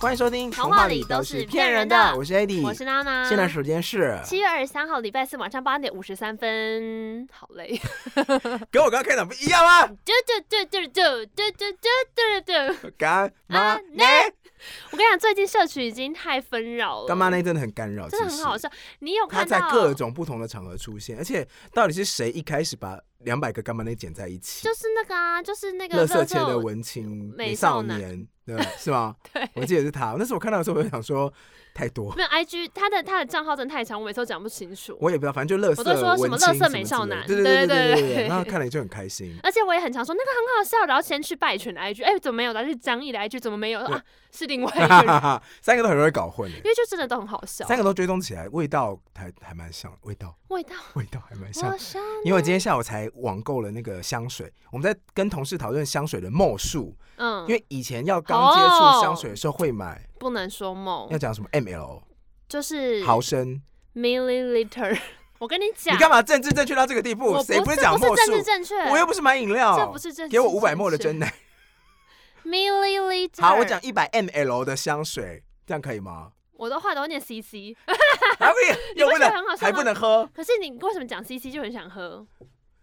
欢迎收听《童童话话里里都都是是骗骗人人的的》，我是 AD，我是娜娜。现在时间是七月二十三号，礼拜四晚上八点五十三分，好累。 跟我刚刚开场不一样吗？就就就就就就就就就就，干嘛啊呢？我跟你讲，最近社区已经太纷扰了。干嘛？呢？真的很干扰，真的其很实好笑。你有他看在到？各种不同的场合出现，而且到底是谁一开始把两百个干嘛呢剪在一起？就是那个啊，就是那个乐色乐界的色文青美美少少男年，对，是吗？对，我记得是他。那时候我看到的时候，我就想说太多，没有 IG，他的他的账号真的太长，我每次都讲不清楚。我也不知道，反正就乐色我都说什文么青乐色之美少男类的对对对对对对对对对。然后看了也就很开心。而且我也很常说那个很好笑，然后先去拜犬的 IG，哎、怎么没有的？是张译的 IG，怎么没有对啊？是另外一哈个哈 人，哈，三个都很容易搞混欸因为就真的都很好笑，三个都追踪起来，味道还还蛮像，味道 味道。味道还蛮像我。想因为我今天下午才网购了那个香水，我们在跟同事讨论香水的墨数，嗯，因为以前要刚接触香水的时候会买，不能说梦要，讲什么 ml 哦就是毫升， milliliter。我跟你你讲，干嘛政治正确到这个地我步？不谁不是讲墨这数不是政治？正确，我又不是买饮料，这不是政治给我五百沫的真的奶。 milliliter。好，我讲，一百 ml 的香水，这样可以 吗？我的话都念 cc，还不能，你不又不觉得很好能，笑还吗不能喝。可是你为什么讲 cc 就很想喝？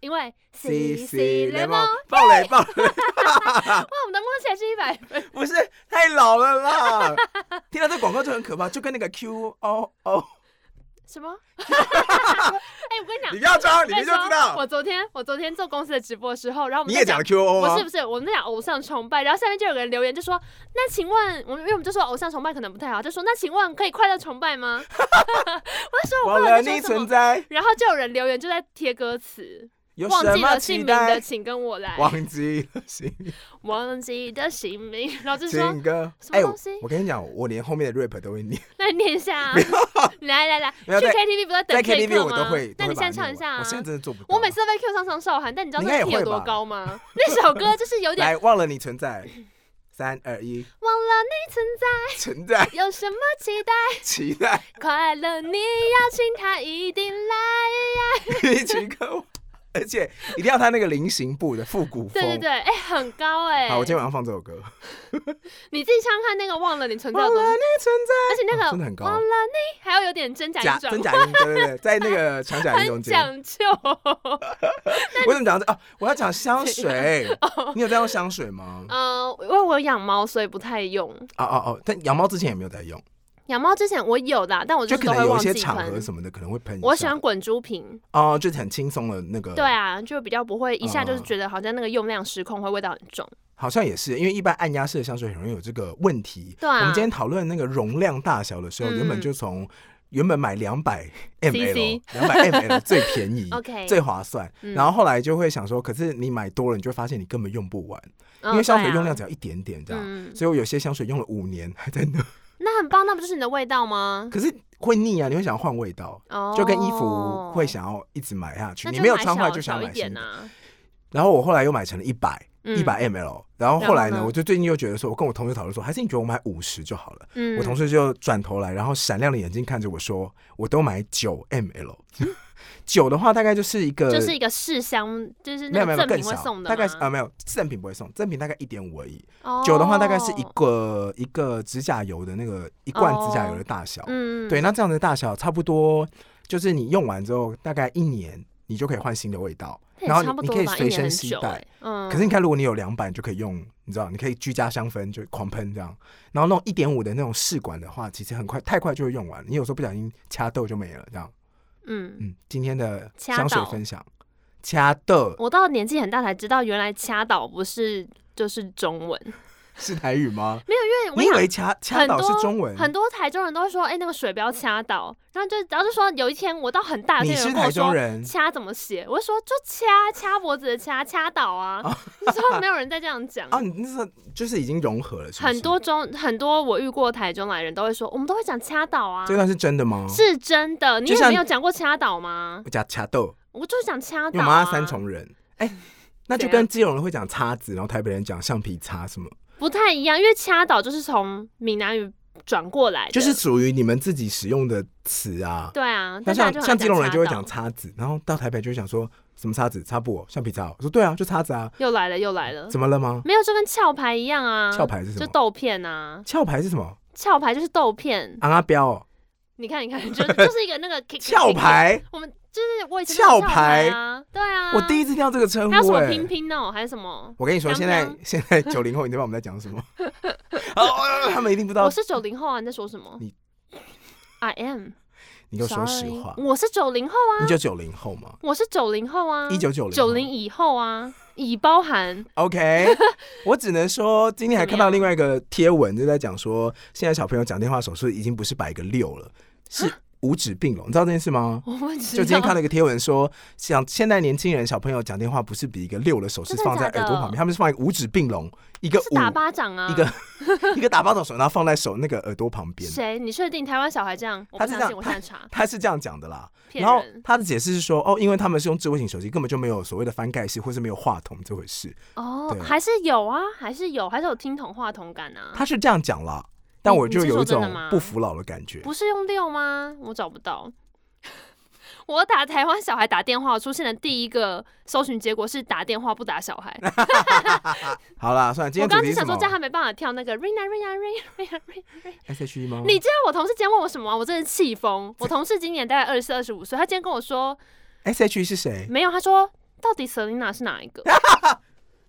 因为 CC 联联盟，盟哇，暴雷暴雷，我们的默契还是一百分，不是太老了啦！ 听到这广告就很可怕，就跟那个 Q O O，啊什 么？哎，我跟你讲你，不要装，我你跟们你就说知道。我昨天我昨天做公司的直播的时候，然后我们你在也讲了 Q O 啊 O 不吗是？不是，我们在讲偶像崇拜，然后下面就有个人留言就说：“那请问我们，因为我们就说偶像崇拜可能不太好，就说那请问可以快乐崇拜吗？” 我就说忘我了快乐在你说什存么？在，然后就有人留言就在贴歌词，有忘什记了么姓期名的待？请跟我来，忘记了姓名，忘记的姓名，然后就说请歌。什么哎，东我西我跟你讲，我连后面的 rap 都会念，：“那你念一下、啊，来来来，去没有在 KTV 不是在在等这一 KTV 刻我吗？都会。那都你会现把它在唱念一下完啊我！现在真的做不到。我每次都被 Q 上上少涵，但你知道你那应该个也会 key 有多吧高吗？那首歌就是有点来，忘了你存在，三二一，忘了你存在，存在有什么期待？”期 待，快乐，你邀请他一定来呀！一起跟我，而且一定要他那个菱形步的复古风。对对对，哎、很高哎、好，我今天晚上放这首歌。你自己想想看那个忘了你存在的忘东了西，你存在。而且那个、哦真的很高忘了你还要有点真假假音转真换，假音，对对对，在那 个长假音中很间，讲究。 我怎么讲这？哦，我要讲香水，哦你有在用香水吗？呃，因为我有养猫，所以不太用。哦哦哦，但养猫之前也没有在用，养猫之前我有啦，但我就就是可都能会有一忘些记场合喷。什么的可呃能会喷一下。我喜欢滚珠瓶，哦，就是很轻松的那个。对，啊，就比较不会一下就是嗯觉得好像那个用量失控，会味道很重。好像也是，因为一般按压式的香水很容易有这个问题。对啊我们今天讨论那个容量大小的时候，嗯原本就从原本买两百 ml， CC 两百 ml 最便宜 OK 最划算。嗯然后后来就会想说，可是你买多了，你就会发现你根本用不完，嗯因为香水用对量啊只要一点点这样。嗯，所以我有些香水用了五年还在那， 那很棒，那不就是你的味道吗？可是会腻啊，你会想换味道，哦，就跟衣服会想要一直买下去，那你就没有买穿坏小就想小要一买点新的。啊，然后我后来又买成了一百嗯一百 ml，然后后来然后呢，呢我就最近又觉得说，我跟我同事讨论说，还是你觉得我买五十就好了。嗯我同事就转头来，然后闪亮的眼睛看着我说，我都买九 ml，九的话大概就是一个就是一个试香，就是没那有没个有没有赠更品会少送，的大吗，概是啊没有赠品不会送，赠品大概一点五而已。哦九的话大概是一个一个指甲油的那个一罐指甲油的大小，嗯，对，那这样的大小差不多，就是你用完之后大概一年，你就可以换新的味道，那也然后差你不你多可以吧一随年身很携久带欸。嗯，可是你看，如果你有两版，就可以用，你知道，你可以居家香氛就狂喷这样。然后那种一点五的那种试管的话，其实很快，太快就会用完。你有时候不小心掐豆就没了这样。嗯，嗯，今天的掐香水豆分享，掐豆我到年纪很大才知道，原来掐倒不是就是中文，是台语吗？没有，因为 我你以跟为你掐掐很倒多是中文？很多台中人都会说，哎，那个水不要掐倒，然后就然后就说有一天我到很大的你时候，是有人跟台我中说。人，掐怎么写？我就说就掐掐脖子的掐掐倒啊！你知道没有人在这样 讲哦啊，你那时候就是已经融合了，是不是很多中很多我遇过台中来人都会说，我们都会讲掐倒啊，这段是真的吗？是真的。哦你就也像没有讲过掐倒吗？我讲掐豆，我就是讲掐因为倒、我啊。妈三重人，哎、那就怎跟基隆人会讲叉子，然后台北人讲橡皮擦什么，不太一样，因为掐倒就是从闽南语转过来的，就是属于你们自己使用的词啊。哎对啊。那但大像家像基隆人就会很讲掐倒，叉子，然后到台北就会讲说什么叉子擦布、哦、橡皮擦、哦。我说对啊，就叉子啊，又来了又来了，怎么了吗？没有就跟壳牌一样啊，壳牌是什么就豆片啊，壳牌是什么？壳牌就是豆片，昂阿标哦，你看你 看， 就是嗯就是一个那个壳，牌，我们就是我以前叫壳牌啊，对啊，我第一次听到这个称还有什呼么哎、拼拼哦，还是什么？我跟你说，刚现在刚现在九零后，你知道我们在讲什 么？哦，他们一定不知道我。是九零后啊，你在说什么你？I am，你就说实 sorry 话，我是九零后啊，你就九零后嘛，我是九零后啊，一九九零九零以后啊，已包含 OK，我只能说，今天还看到怎么样另外一个贴文，就在讲说，现在小朋友讲电话手势已经不是百个六了，是五指并拢，你知道这件事吗？ 我们就今天看到一个贴文说，像现在年轻人小朋友讲电话不是比一个六的手势真的放在耳假的朵旁边，他们是放一个五指并拢，一个是打五巴掌啊，一个一个打巴掌手，然后放在手那个耳朵旁边，谁？你确定台湾小孩这样？我他不是相这样信，我现在查，他是这样讲的啦。骗然后人他的解释是说，哦，因为他们是用智慧型手机，根本就没有所谓的翻盖式或是没有话筒这回事，哦对，还是有啊，还是有，还是有听筒话筒感啊。他是这样讲啦。但你我你就是有说一真的种吗不服老的感觉。不是用六吗？我找不到。 我打台湾小孩打电话出现的第一个搜寻结果是打电话不打小孩。好啦，算了，今天我主刚刚题就是什想说，么这样他没办法跳那个 Rina Rina Rina Rina Rina。 ？S H E 吗？你知道我同事今天问我什么吗？我真的气疯。我同事今年大概二十四、二十五岁，他今天跟我说 S H E 是谁？没有，他说到底 Selina 是哪 一个？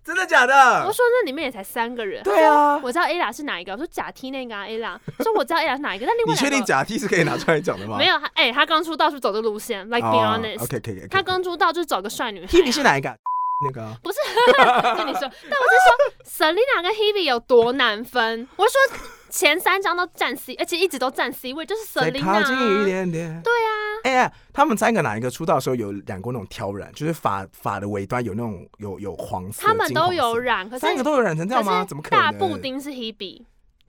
真的假我的？说那里面也才三个人。对啊，我知道 Ella 是哪一个，我说假 T 那个啊 Ella，我说我知道 Ella 是哪一个，但另外你确两定个假 T 是可以拿出来讲的吗？没有？他哎、他刚出道是走这路线，like be 哦 honest，、 OK OK OK。他刚出道就是找个帅女孩、啊。 Hebe 是？哪一个啊？那个啊不是， 跟你说，但我是说 Selina 跟 Hebe 有多难分，我是说前三张都占 C，而且一直都占 C 位，就是再靠近一 Selina 啊。点点。对啊。哎呀，他们三个哪一个出道的时候有染过那种挑染？就是发发的尾端有那种有有黄色，他们金都黄有色，染，可是三个都有染成这样吗？可怎么是可能？大布丁是 Hebe，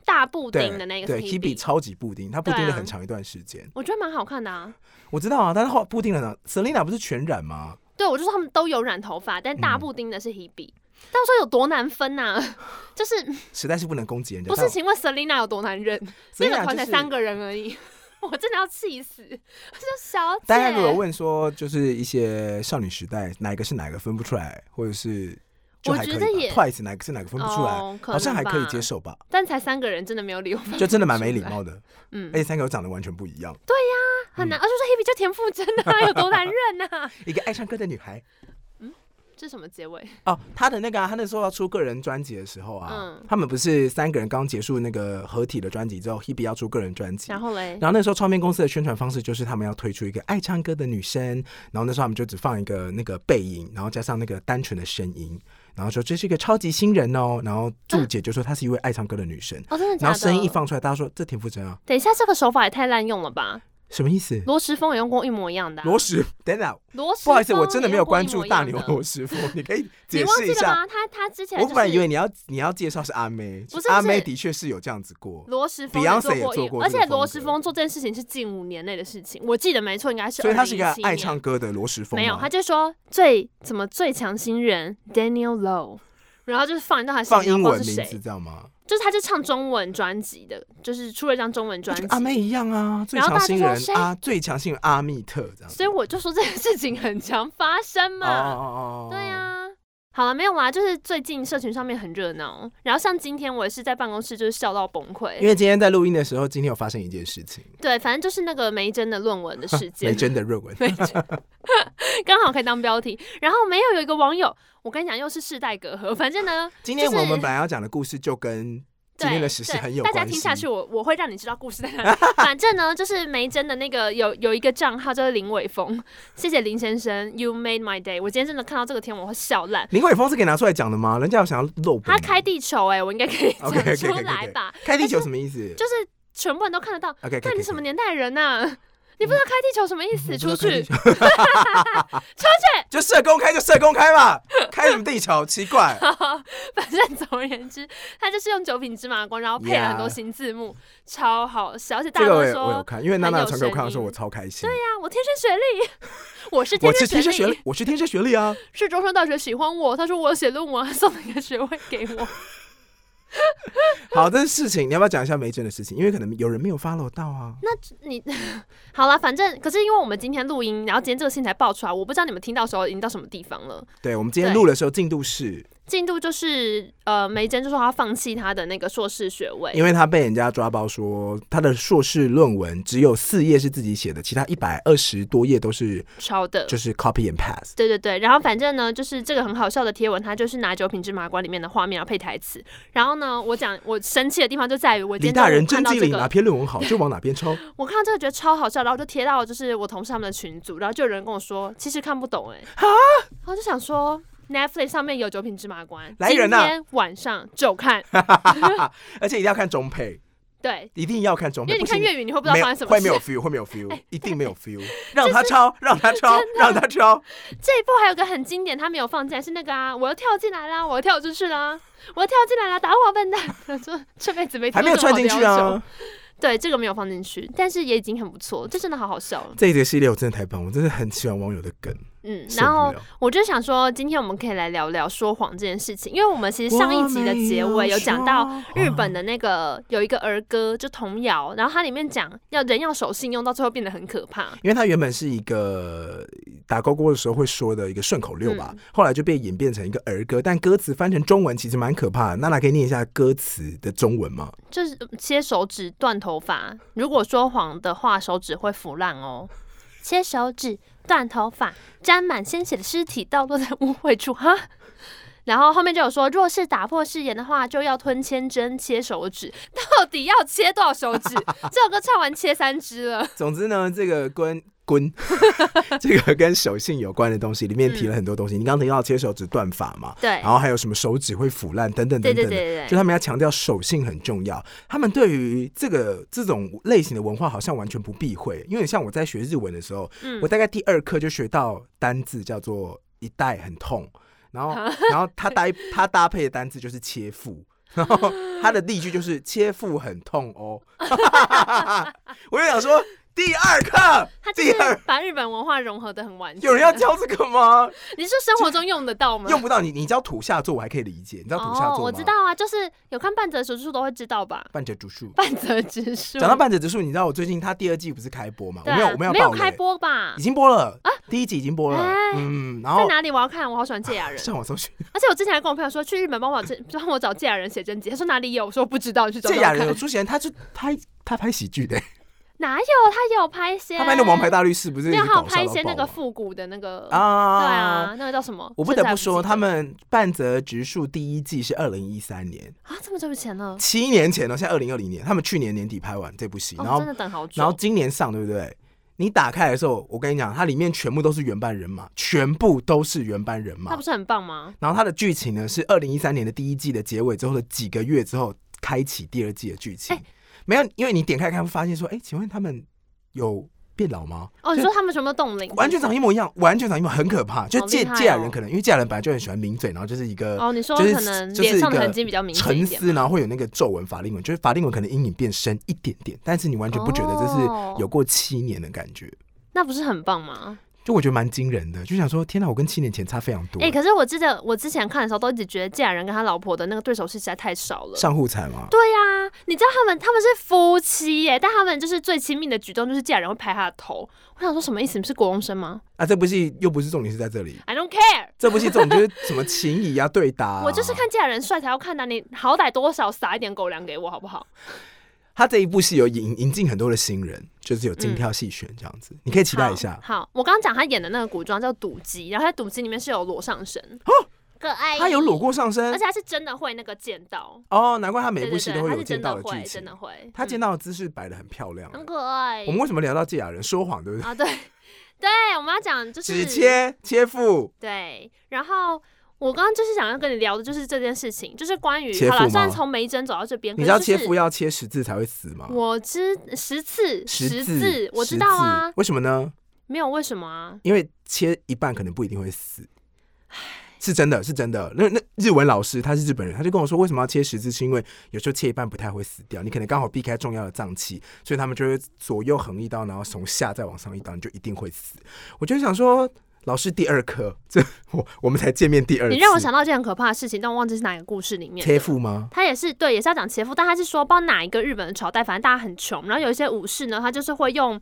大布对丁的那个是对 Hebe Hebe，超级布丁，他布丁对了啊很长一段时间。我觉得蛮好看的啊。我知道啊，但是后布丁了呢，Selina 不是全染吗？对，我就说他们都有染头发，但大嗯布丁的是 Hebe。但我说有多难分呐、 就是实在是不能攻击人家。不是？请问 Selina 有多难认？那个团才三个。个人而已， 我真的要气死！我说小姐，大家如果问说，就是一些少女时代哪一个是哪一个分不出来，或者是就我还可以觉吧得也，Twice 哪个是哪个分不出来，哦可好像还能吧可以接受吧，但才三个人，真的没有 理由分。就真的蛮没礼貌嗯的。嗯而，且三个又长得完全不一样，很难。而且说 Hebe 就田馥甄啊，有多难认呐、一个爱唱歌的女孩 这什么结尾？哦，她的那个、啊、她那时候要出个人专辑的时候啊，嗯他们不是三个人刚结束那个合体的专辑之后，Hebe 要出个人专辑然。后嘞，然后那时候唱片公司的宣传方式就是他们要推出一个爱唱歌的女生，然后那时候他们就只放一个那个背影，然后加上那个单纯的声音，然后说这是一个超级新人哦，然后注解就说她是一位爱唱歌的女生，哦，真的假的？然后声音一，放出来，大家说这田馥甄啊，等一下，这个手法也太滥用了吧？什么意思？罗时丰也用过一模一样的、啊。罗时，等等，罗时不好意思，丰我真的也没有用过关一模注一大样牛的罗师傅，你可以你解忘释记一了下。吗？他他之前我就本来是以为你要你要介绍是阿妹，不是阿不是妹的确是有这样子过，罗时丰 Beyonce 做也过一，做过而这且个罗风时格丰做这件事情是近五年内的事情，我记得没错，应该是所以她是一个2017爱年唱歌的罗时峰吗。没有，他就说最怎么最强新人 Daniel Low，然后就是放到他放英文是名字，谁，知道吗？就是他就唱中文专辑的，就是出了一张中文专就辑跟。阿妹一样啊，最然后强大家就新说人谁阿最强新人阿密特这样子。所以我就说这件事情很常发生哦哦嘛。哦，对啊，好了，没有啦，就是最近社群上面很热闹，然后像今天我也是在办公室就是笑到崩因溃。为今天在录音的时候，今天有发生一件事 情，对，反正就是那个梅珍的论文的事 件没。真的 论文。没错 刚好可以当标题。然后没有有一个网友，我跟你讲，又是世代隔嗯阂。反正呢，今天就是我们本来要讲的故事就跟 今对天的时事对很有大家关系。听下去，我我会让你知道故事在 哪里。反正呢，就是梅珍的那个有有一个账号叫做林伟 峰，谢谢林先生，You made my day。我今天真的看到这个天，我会笑烂。林伟峰是可以拿出来讲的吗？人家有想要露本他吗开地球哎、我应该可以讲 OK，OK，OK，OK，OK 出来吧？开地球什么意思就是全部人都看得到。 ？OK，那你什么年代人呐、你不知道开地球什么意思？出去！出去，就社工开就社工开 嘛，开什么地球？奇怪，反正总而言之，他就是用九品芝麻官，然后配了很多 Yeah 新字幕超好笑，而且大这家个都我会有说我有看，因为娜娜传给我看的时候，很有声音我超开心。对对呀、啊我天生学历， 我是我天是天生生学历历，，我是天生学历 啊！是中山大学喜欢我，他说我有写论文，还送了一个学位给我。 好，这是事情，你要不要讲一下梅珍的事情？因为可能有人没有 follow 到啊。你 好啦，反正可是因为我们今天录音，然后今天这个信才爆出来，我不知道你们听到的时候已经到什么地方了。对，我们今天对录的时候进度是进度就是呃，梅珍就说她放弃她的那个硕士学位，因为他被人家抓包说他的硕士论文只有四页是自己写的，其他一百二十多页都是抄的。就是 copy and pass。对对对，然后反正呢，就是这个很好笑的贴文，它就是拿《九品芝麻官》里面的画面然后配台词。然后呢，我讲我生气的地方就在于我今李天大中午人看真到机这灵，啊哪个，篇论文好就往哪边抄。我看到这个觉得超好笑，然后我就贴到就是我同事他们的群组，然后就有人跟我说，其实看不懂哎、欸，然后就想说 Netflix 上面有《九品芝麻官》，来人啊今天晚上就看，而且一定要看中配， 对，一定要看中配，因为你不看行粤语你会不知道没发有生什么会事哎没。有 feel，会没有 feel，一定没有 feel。让他抄，让他抄，让他抄。这一部还有个很经典，他没有放进来是那个啊，我要跳进来啦，我要跳出去啦，我要跳进来啦，打我笨蛋！ 我说这辈子没还听没有过这串么好的进要求。去啊！对，这个没有放进去，但是也已经很不错，这真的好好笑了。这一节系列我真的太棒，我真的很喜欢网友的梗，嗯，受然不后了。我就想说，今天我们可以来聊聊说谎这件事情，因为我们其实上一集的结尾有讲到日本的那个有一个儿歌，就童谣，然后它里面讲要人要守信用，到最后变得很可怕。因为它原本是一个呃打勾勾的时候会说的一个顺口溜吧，嗯后来就被演变成一个儿歌，但歌词翻成中文其实蛮可怕的。娜娜可以念一下歌词的中文吗？就是切手指断头发，如果说谎的话，手指会腐烂哦。切手指断头发，沾满鲜血的尸体倒落在污秽处哈。然后后面就有说，若是打破誓言的话，就要吞千针切手指。到底要切多少手指？这首歌唱完切三只 了。 总之呢，这个 跟滚，这个跟手信有关的东西，里面提了很多东西。你刚刚提到切手指断发嘛，嗯对然后还有什么手指会腐烂等等等对等的，对对对就对，他们要强调手性很重要。他们对于这个这种类型的文化好像完全不避讳，因为像我在学日文的时候，嗯我大概第二课就学到单字叫做“一代很痛”，然后啊 然后 它搭它搭配的单字就是“切腹”。然后它的例句就是“切腹很痛哦”， 我就想说第二课他就第是二把日本文化融合的很完整。有人要教这个 吗？你是说生活中用得到吗？用不到你，你知道土下座我还可以理解，你知道土下哦，座吗？我知。道啊，就是有看半泽直树都会知道吧？半折竹树，半泽直树。讲到半折直树，你知道我最近他第二季不是开播嘛？我对啊哦没有，我没有没爆有雷开，播吧已？经播了，第一集已经播了哎。嗯，然在后哪里？我要看，我好喜欢芥雅 人。上网搜寻而且我之前还跟我朋友说，去日本帮我找 帮我找芥雅人写真集，他说哪里有？我说我不知道，你去找这找雅人有看出现，他是拍他拍喜剧的，哪有？他也有拍一些，他拍那《王牌大律师》不是啊没有，也他有搞拍笑一到些那个爆吗复古的那个，对啊？啊，那个叫什么？我不得现在不说，记他们半泽直树第一季是二零一三年，啊，这么久以前了，七年前了，哦现在二零二零年，他们去年年底拍完这部戏，然哦，后真的等好久。然后今年上，对不对？你打开的时候，我跟你讲，它里面全部都是原班人马，全部都是原班人他马不。是很棒吗？然后它的剧情呢，是二零一三年的第一季的结尾之后的几个月之后开启第二季的剧情。哎没有，因为你点开看会发现说，哎，请问他们有变老吗？哦，你就说他们全部都冻龄，完全长一模一样，完全长一模一样，很可怕。就好厉借害借雅哦人可能，因为借雅人本来就很喜欢抿嘴，然后就是一个哦，你说就是可能就是脸上的一个痕迹比较明显沉一点思，然后会有那个皱纹、法令纹，就是法令纹可能阴影变深一点点，但是你完全不觉得这哦是有过七年的感觉。那不是很棒吗？就我觉得蛮惊人的，就想说，天哪，我跟七年前差非常多。哎，可是我记得我之前看的时候，都一直觉得芥雅人跟他老婆的那个对手戏实在太少了。上户彩吗？对呀、你知道他们他们是夫妻耶，但他们就是最亲密的举动就是竟然会拍他的头。我想说什么意思？你是国中生吗啊，这部戏又不是重点是在这里， ？I don't care，、这部戏重点就是什么情谊啊、对答、啊。 我就是看竟然人帅才要看的、你好歹多少撒一点狗粮给我好不好？他这一部戏有引引进很多的新人，就是有精挑细选这样子，你可以期待一下。嗯好，好我刚刚讲他演的那个古装叫《赌姬》，然后在《赌姬》里面是有裸上身，哦可爱。他有裸，过上身而且他是真的会那个剑道，哦，难怪他每对部对戏对，都会他有是见真到的的剧会，情真。的会，他见嗯、到的姿势摆的很漂亮。啊很可爱我。们为什么聊到这雅人说谎，对不对？啊，对对，我们要讲就是只切切腹，对，然后我刚刚就是想要跟你聊的就是这件事情，就是关于切好了，腹虽然吗从梅珍走到这边，你可知道是切就是腹要切十字才会死吗？我知十次十次字，，我知十道字啊，为什么呢？没有为什么啊？因为切一半可能不一定会死，是真的，是真的。那那日文老师他是日本人，他就跟我说，为什么要切十字，是因为有时候切一半不太会死掉，你可能刚好避开重要的脏器，所以他们就会左右横一刀，然后从下再往上一刀，你就一定会死。我就想说，老师第二课，这我我们才见面第二次，你让我想到一件很可怕的事情，但我忘记是哪个故事里面的切腹吗？他也是对，也是要讲切腹，但他是说不知道哪一个日本的朝代，反正大家很穷，然后有一些武士呢，他就是会用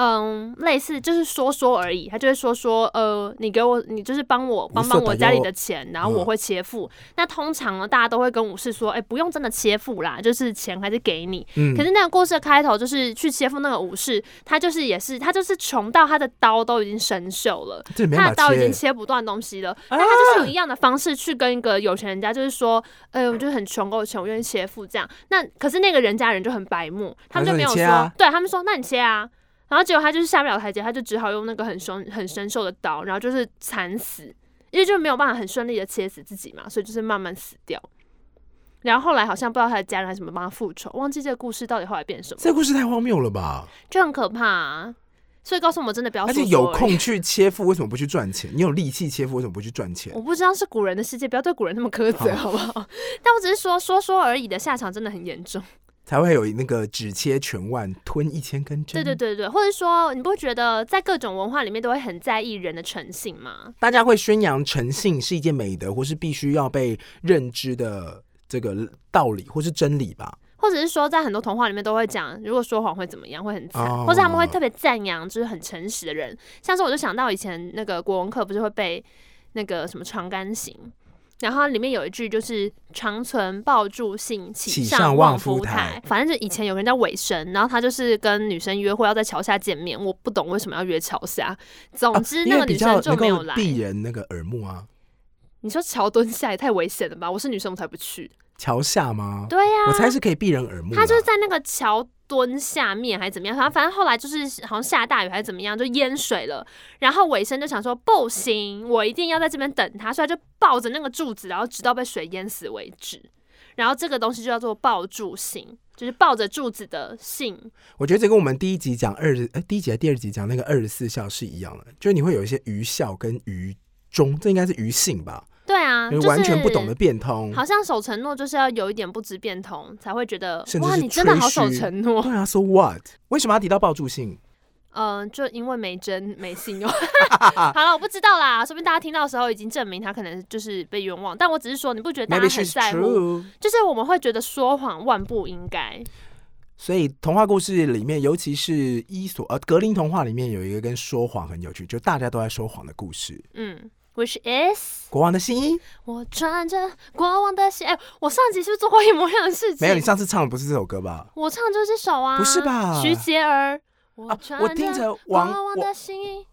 嗯，类似就是说说而已，他就会说说，呃，你给我，你就是帮我帮帮我家里的钱，然后我会切付。那通常呢，大家都会跟武士说，哎、不用真的切付啦，就是钱还是给你。嗯可是那个故事的开头就是去切腹那个武士，他就是也是他就是穷到他的刀都已经生锈了，这没他办的刀法已经切，啊切不断东西了，但他就是用一样的方式去跟一个有钱人家，就是说，哎、我就很穷，够穷，我愿意切腹这样。那可是那个人家人就很白目，他们就没有他说说，你切啊对他们说，那你切啊。然后结果他就是下不了台阶，他就只好用那个很凶、很生锈的刀，然后就是惨死，因为就没有办法很顺利的切死自己嘛，所以就是慢慢死掉。然后后来好像不知道他的家人还是怎么帮他复仇，忘记这个故事到底后来变什么，这故事太荒谬了吧？就很可怕、啊。所以告诉我们真的不要而哦说且说有而已空去切腹，为什么不去赚钱？你有力气切腹，为什么不去赚钱？我不知道是古人的世界，不要对古人那么苛责，好不好？但我只是说说说而已的，下场真的很严重。才会有那个只切全万，吞一千根针。对对对对，或者说你不觉得在各种文化里面都会很在意人的诚信吗？大家会宣扬诚信是一件美德，或是必须要被认知的这个道理或是真理吧？或者是说，在很多童话里面都会讲，如果说谎会怎么样，会很惨哦或者他们会特别赞扬就是很诚实的人。像是我就想到以前那个国文课不是会背那个什么《长干行》，然后里面有一句就是“长存抱柱信，起起上上望望夫夫台台”。反正就以前有个人叫韦神，然后他就是跟女生约会要在桥下见面，我不懂为什么要约桥下。总之啊那因个为女比生较就没有能来够。避人那个耳目啊，你说桥墩下也太危险了吧？我是女生我才不去。桥下吗？对呀、我猜是可以避人耳目啦。他就是在那个桥墩下面还是怎么样，反正反正后来就是好像下大雨还是怎么样，就淹水了。然后尾生就想说不行，我一定要在这边等他，所以他就抱着那个柱子，然后直到被水淹死为止。然后这个东西就叫做抱柱信，就是抱着柱子的信。我觉得这跟我们第一集讲二十，呃，第一集还是第二集讲那个二十四孝是一样的，就是你会有一些愚孝跟愚忠，这应该是愚信吧？对啊，就就是是完全不懂得。变通。好像守承诺就是要有一点不知变通，才会觉得甚至哇，是你真的吹好守嘘承诺。对啊，so what？为什么要提到抱住性？嗯、就因为没真没 信用。好了，我不知道啦，说不定大家听到的时候已经证明他可能就是被冤枉，但我只是说，你不觉得 大 Maybe 家很 she's 在乎？ true。就是我们会觉得说谎万不应该。所以童话故事里面，尤其是伊索呃格林童话里面有一个跟说谎很有趣，就大家都在说谎的故事。嗯，which is 国王的新衣我穿着国王的鞋。哎、我上集是不是做过一模一样的事情？没有，你上次唱的不是这首歌吧？我唱的就是这首啊，不是吧徐杰儿，我啊穿，我听着国王王王的心。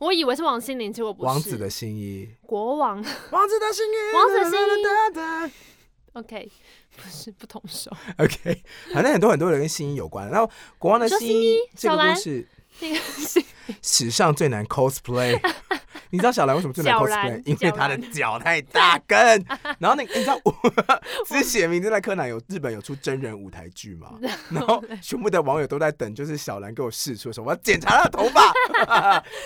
我以为是王心凌，结果不是。王子的新衣，国王 王子的新衣，王子的新衣衣。 ，OK，不是不同首。 OK，反正很多很多人跟新衣有关。然后国王的你说新新衣衣这个小兰故事那个是史上最难 cosplay。你知道小兰为什么最难小兰 cosplay？因为小她的兰脚太大根。然后那个你知 道，我之前写名字在柯南有日本有出真人舞台剧 嘛？然后全部的网友都在等，就是小兰给我试出的时候，我要检查她的头 发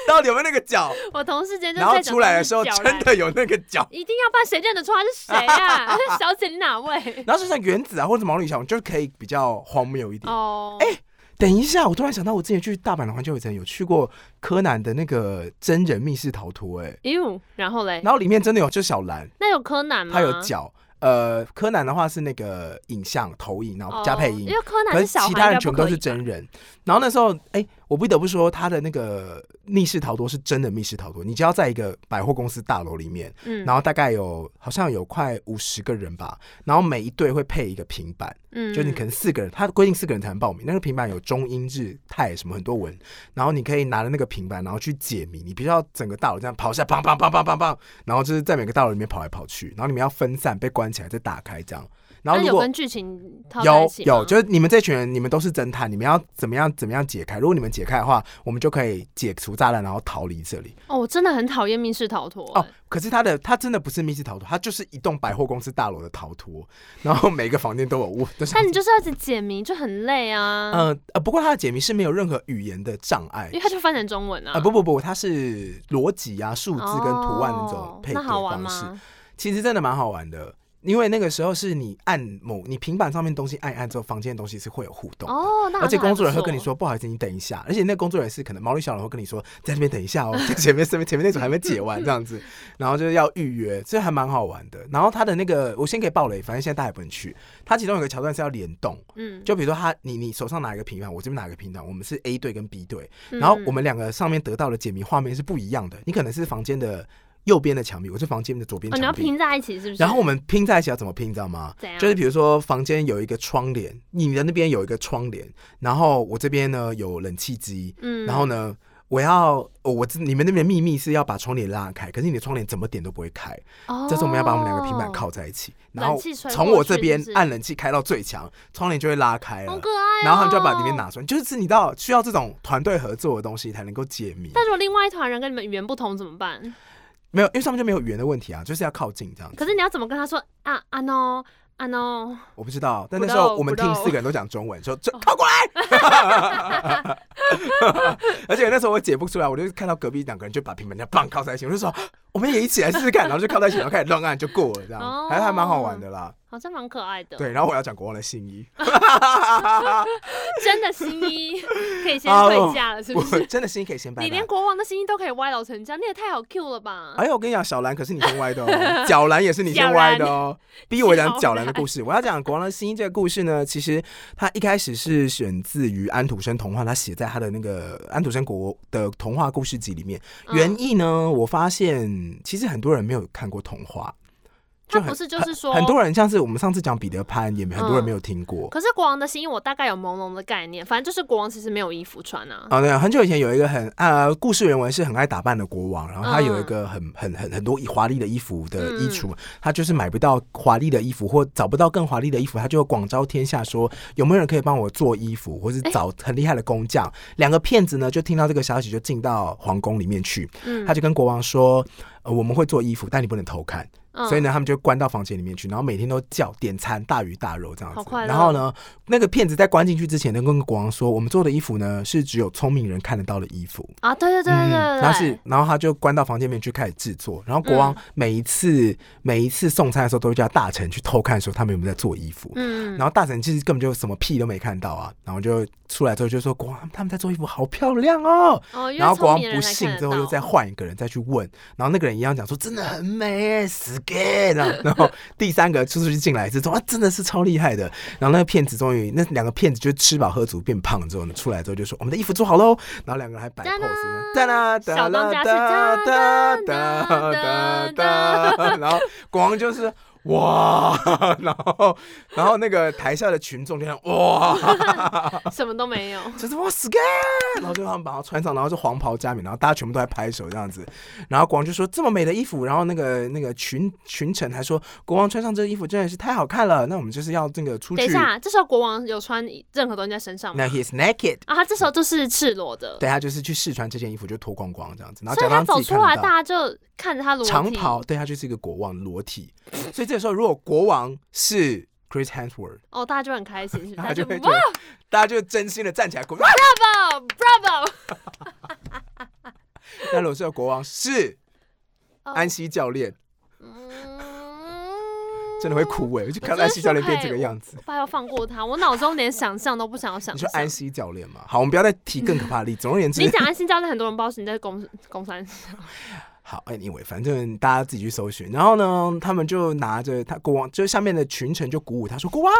到底有没有那个脚。我同事今天就然在后讲出来的时候他是真角兰的有那个 脚。一定要把谁认得出他是谁 啊？小姐，你哪位？然后就像原子啊，或者毛利小五，就可以比较荒谬一点。哦，哎等一下，我突然想到，我之前去大阪的环球影城有去过柯南的那个真人密室逃脱，哎，呦，然后嘞，然后里面真的有就是小兰，那有柯南吗？她有脚，呃，柯南的话是那个影像投影，然后哦加配音因，为柯可南是是小孩，其他人应该全不部都可以是吧真人。然后那时候，哎，我不得不说，他的那个密室逃脱是真的密室逃脱，你只要在一个百货公司大楼里面，嗯，然后大概有好像有快五十个人吧，然后每一队会配一个平板。嗯就你可能四个人，他规定四个人才能报名。那个平板有中英日泰什么很多文，然后你可以拿着那个平板，然后去解谜。你必须要整个大楼这样跑下，砰砰砰砰砰砰，然后就是在每个大楼里面跑来跑去，然后你们要分散被关起来再打开这样。然后那如有果跟剧情套在一有起吗有，就是你们这群人，你们都是侦探，你们要怎么样怎么样解开？如果你们解开的话，我们就可以解除炸弹，然后逃离这里。哦，我真的很讨厌密室逃脱哦哎，可是他的他真的不是密室逃脱，他就是一栋百货公司大楼的逃脱，然后每个房间都有我。都是但你就是要一直解谜，就很累啊，呃呃，不过它的解谜是没有任何语言的障碍因为它就翻成中文啊、啊，不不不，它是逻辑啊、数字跟图案的那哦种配对那好玩方式，吗？其实真的蛮好玩的。因为那个时候是你按某你平板上面东西按一按之后，房间的东西是会有互动的。哦，那而且那还工作人员不会跟你错，说不好意思，你等一下。而且那个工作人员是可能毛利小人会跟你说，在这边等一下哦，在前面前面前面那组还没解完这样 子，然后就是要预约，这还蛮好玩的。然后他的那个我先可以爆雷，反正现在大家也不能去。它其中有个桥段是要联动，嗯，就比如说他你你手上拿一个平板，我这边拿一个平板，我们是 A 队跟 B 队，嗯然后我们两个上面得到的解谜画面是不一样的。你可能是房间的右边的墙壁，我是房间的左边哦，你要墙壁。拼在一起是不是？然后我们拼在一起要怎么拼，你知道吗？怎样？就是比如说，房间有一个窗帘，你的那边有一个窗帘，然后我这边呢有冷气机，嗯，然后呢，我要哦我知你们那边秘密是要把窗帘拉开，可是你的窗帘怎么点都不会开，这次我们要把我们两个平板哦，靠在一起，然后冷气吹从过我这去边是不是哦按冷气开到最强，窗帘就会拉开好了，可爱。然后他们就要把里面。拿出来，就是你知道需要这种团队合作的东西才能够解谜，但如果另外一团人跟你们语言不同怎么办？没有，因为上面就没有语言的问题啊，就是要靠近这样子。可是你要怎么跟他说啊啊 no 啊 no？我不知道，但那不时知道候我们不知道哦听四个人都讲中文，说这靠过来， 而且那时候我解不出来，我就看到隔壁两个人就把平板这样棒靠在一起，我就说哦我们也一起来试试看，然后就靠在一起，然后开始乱按就过了，这哦样还还蛮好玩的啦。好像蛮可爱的。，对，然后我要讲国王的信 义，真的新衣可以先啊退价了，是 不我是？真的信义可以先拜你连拜。国王的新衣都可以歪楼成这样，你也太好 Q 了吧？ 哎呦，我跟你讲，小兰可是你先歪的 哦，角兰也是你先歪的哦。逼我讲角兰的故事，我要讲国王的新衣这个故事呢，其实它一开始是选自于安徒生童话，他写在他的那个安徒生国的童话故事集里面。嗯原意呢，我发现其实很多人没有看过童话，他就很不是就是说很多人像是我们上次讲彼得潘，也很多人嗯没有听过。可是国王的新衣我大概有朦胧的概念，反正就是国王其实没有衣服 穿啊。啊，对啊，很久以前有一个很呃，故事原文是很爱打扮的国王，然后他嗯有一个很很很很多华丽的衣服的衣橱，他就是买不到华丽的衣服或找不到更华丽的衣服，他就广招天下说有没有人可以帮我做衣服，或是哎找很厉害的工匠。两个骗子呢就听到这个消息就进到皇宫里面去，嗯，他就跟国王说，呃，我们会做衣服，但你不能偷看。嗯所以呢，他们就关到房间里面去，然后每天都叫点餐，大鱼大肉这样好子。快乐然后呢，那个骗子在关进去之前呢，跟国王说，我们做的衣服呢是只有聪明人看得到的衣服。啊，对对对对对，嗯然后是，然后他就关到房间里面去开始制作。然后国嗯王每一次、每一次送餐的时候，都会叫大臣去偷看，说他们有没有在做衣服。嗯，然后大臣其实根本就什么屁都没看到啊，然后就出来之后就说：“国王，他们在做衣服，好漂亮哦！”哦，因为然后国聪王明的不人才信看得之后，又到再换一个人再去问，然后那个人一样讲说真的很美耶，死 gay 这样，然后第三个出去进来之后啊，真的是超厉害的。然后那个骗子终于那两个骗子就吃饱喝足变胖之后呢，出来之后就说我们的衣服做好喽，然后两个人还摆 pose，哒啦哒啦哒哒哒哒哒，然后国王就是。哇， 然后，然后那个台下的群众就像哇， 什么都 没有。就是哇 s k 啊然后就他们把它穿上，然后就黄袍加冕，然后大家全部都在拍手这样子。然后国王就说这么美的衣服，然后那个那个群群臣还说国王穿上这个衣服真的是太好看了，那我们就是要这个出等一去。下，这时候国王有穿任何东西在身上吗那？he's naked，啊，他这时候就是赤裸的，对他就是去试穿这件衣服就脱光光这样子，然后假所以装他自走己出看来，得到。大家就看着他裸体长袍，对他就是一个国王裸体，所以这个时候如果国王是 Chris Hemsworth，哦，大家就很开心， 是不是？他大家就会觉哇得大家就真心的站起来鼓掌。 ，bravo，bravo， 那如果是国王是哦安西教练，嗯， 真的会哭哎、我就看到安西教练变这个样子。我嗯爸要放过他，我脑中连想象都不想要想你象说。安西教练嘛？好，我们不要再提更可怕的例子。总而言你之，讲安心教练，很多人不知道是你在公公山，好，anyway，反哎正大家自己去搜寻。然后呢，他们就拿着他国王，就是下面的群臣就鼓舞他说：“国王，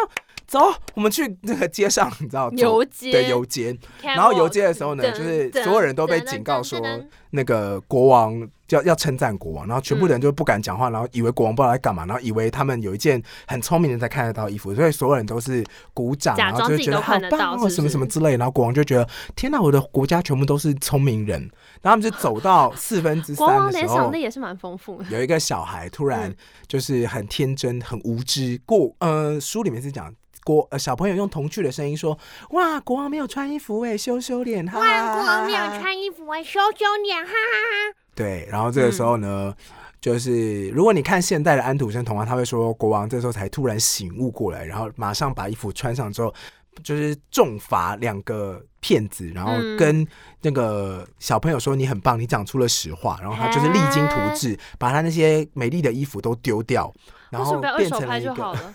走，我们去那个街上，你知哦道，走游街，对游街。”然后游街的时候呢， Catwalk 就是所有人都被警告说噔噔噔噔噔，那个国王要要称赞国王，然后全部嗯的人就不敢讲话，然后以为国王不知道在干嘛，然后以为他们有一件很聪明的人才看得到的衣服，所以所有人都是鼓掌，假然后装就自己觉得都好看得到棒是哦，不是什么什么之类，然后国王就觉得天哪，我的国家全部都是聪明人，然后他们就走到四分之国三王的时联想候力。也是蛮丰富的。有一个小孩突然嗯就是很天真、很无知，过呃书里面是讲国呃小朋友用童趣的声音说：“哇，国王没有穿衣服哎、羞羞脸哈！”万国没有穿衣服，我羞羞脸，哈哈哈。对，然后这个时候呢，就是如果你看现代的安徒生童话，他会说国王这时候才突然醒悟过来，然后马上把衣服穿上之后。就是重罚两个骗子，然后嗯跟那个小朋友说你很棒，你讲出了实话，然后他就是励精图治，把他那些美丽的衣服都丢掉，然啊为什么后不要二变手成了拍一就好个。了？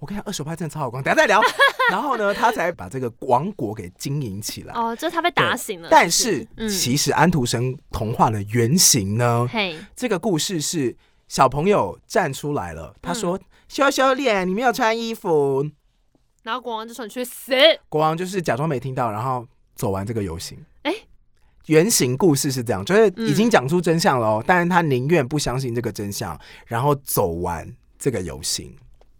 我跟你讲，二手拍真的超好逛，等一下再聊。 然后呢，他才把这个王国给经营起来。哦，就是他被打醒了。但是，嗯其实安徒生童话的原型呢，嘿，这个故事是小朋友站出来嗯了，他说：“羞羞脸，你没有穿衣服。然后国王就说你去死。”国王就是假装没听到，然后走完这个游行。哎原型故事是这样，就是已经嗯讲出真相了哦，但是他宁愿不相信这个真相，然后走完这个游行。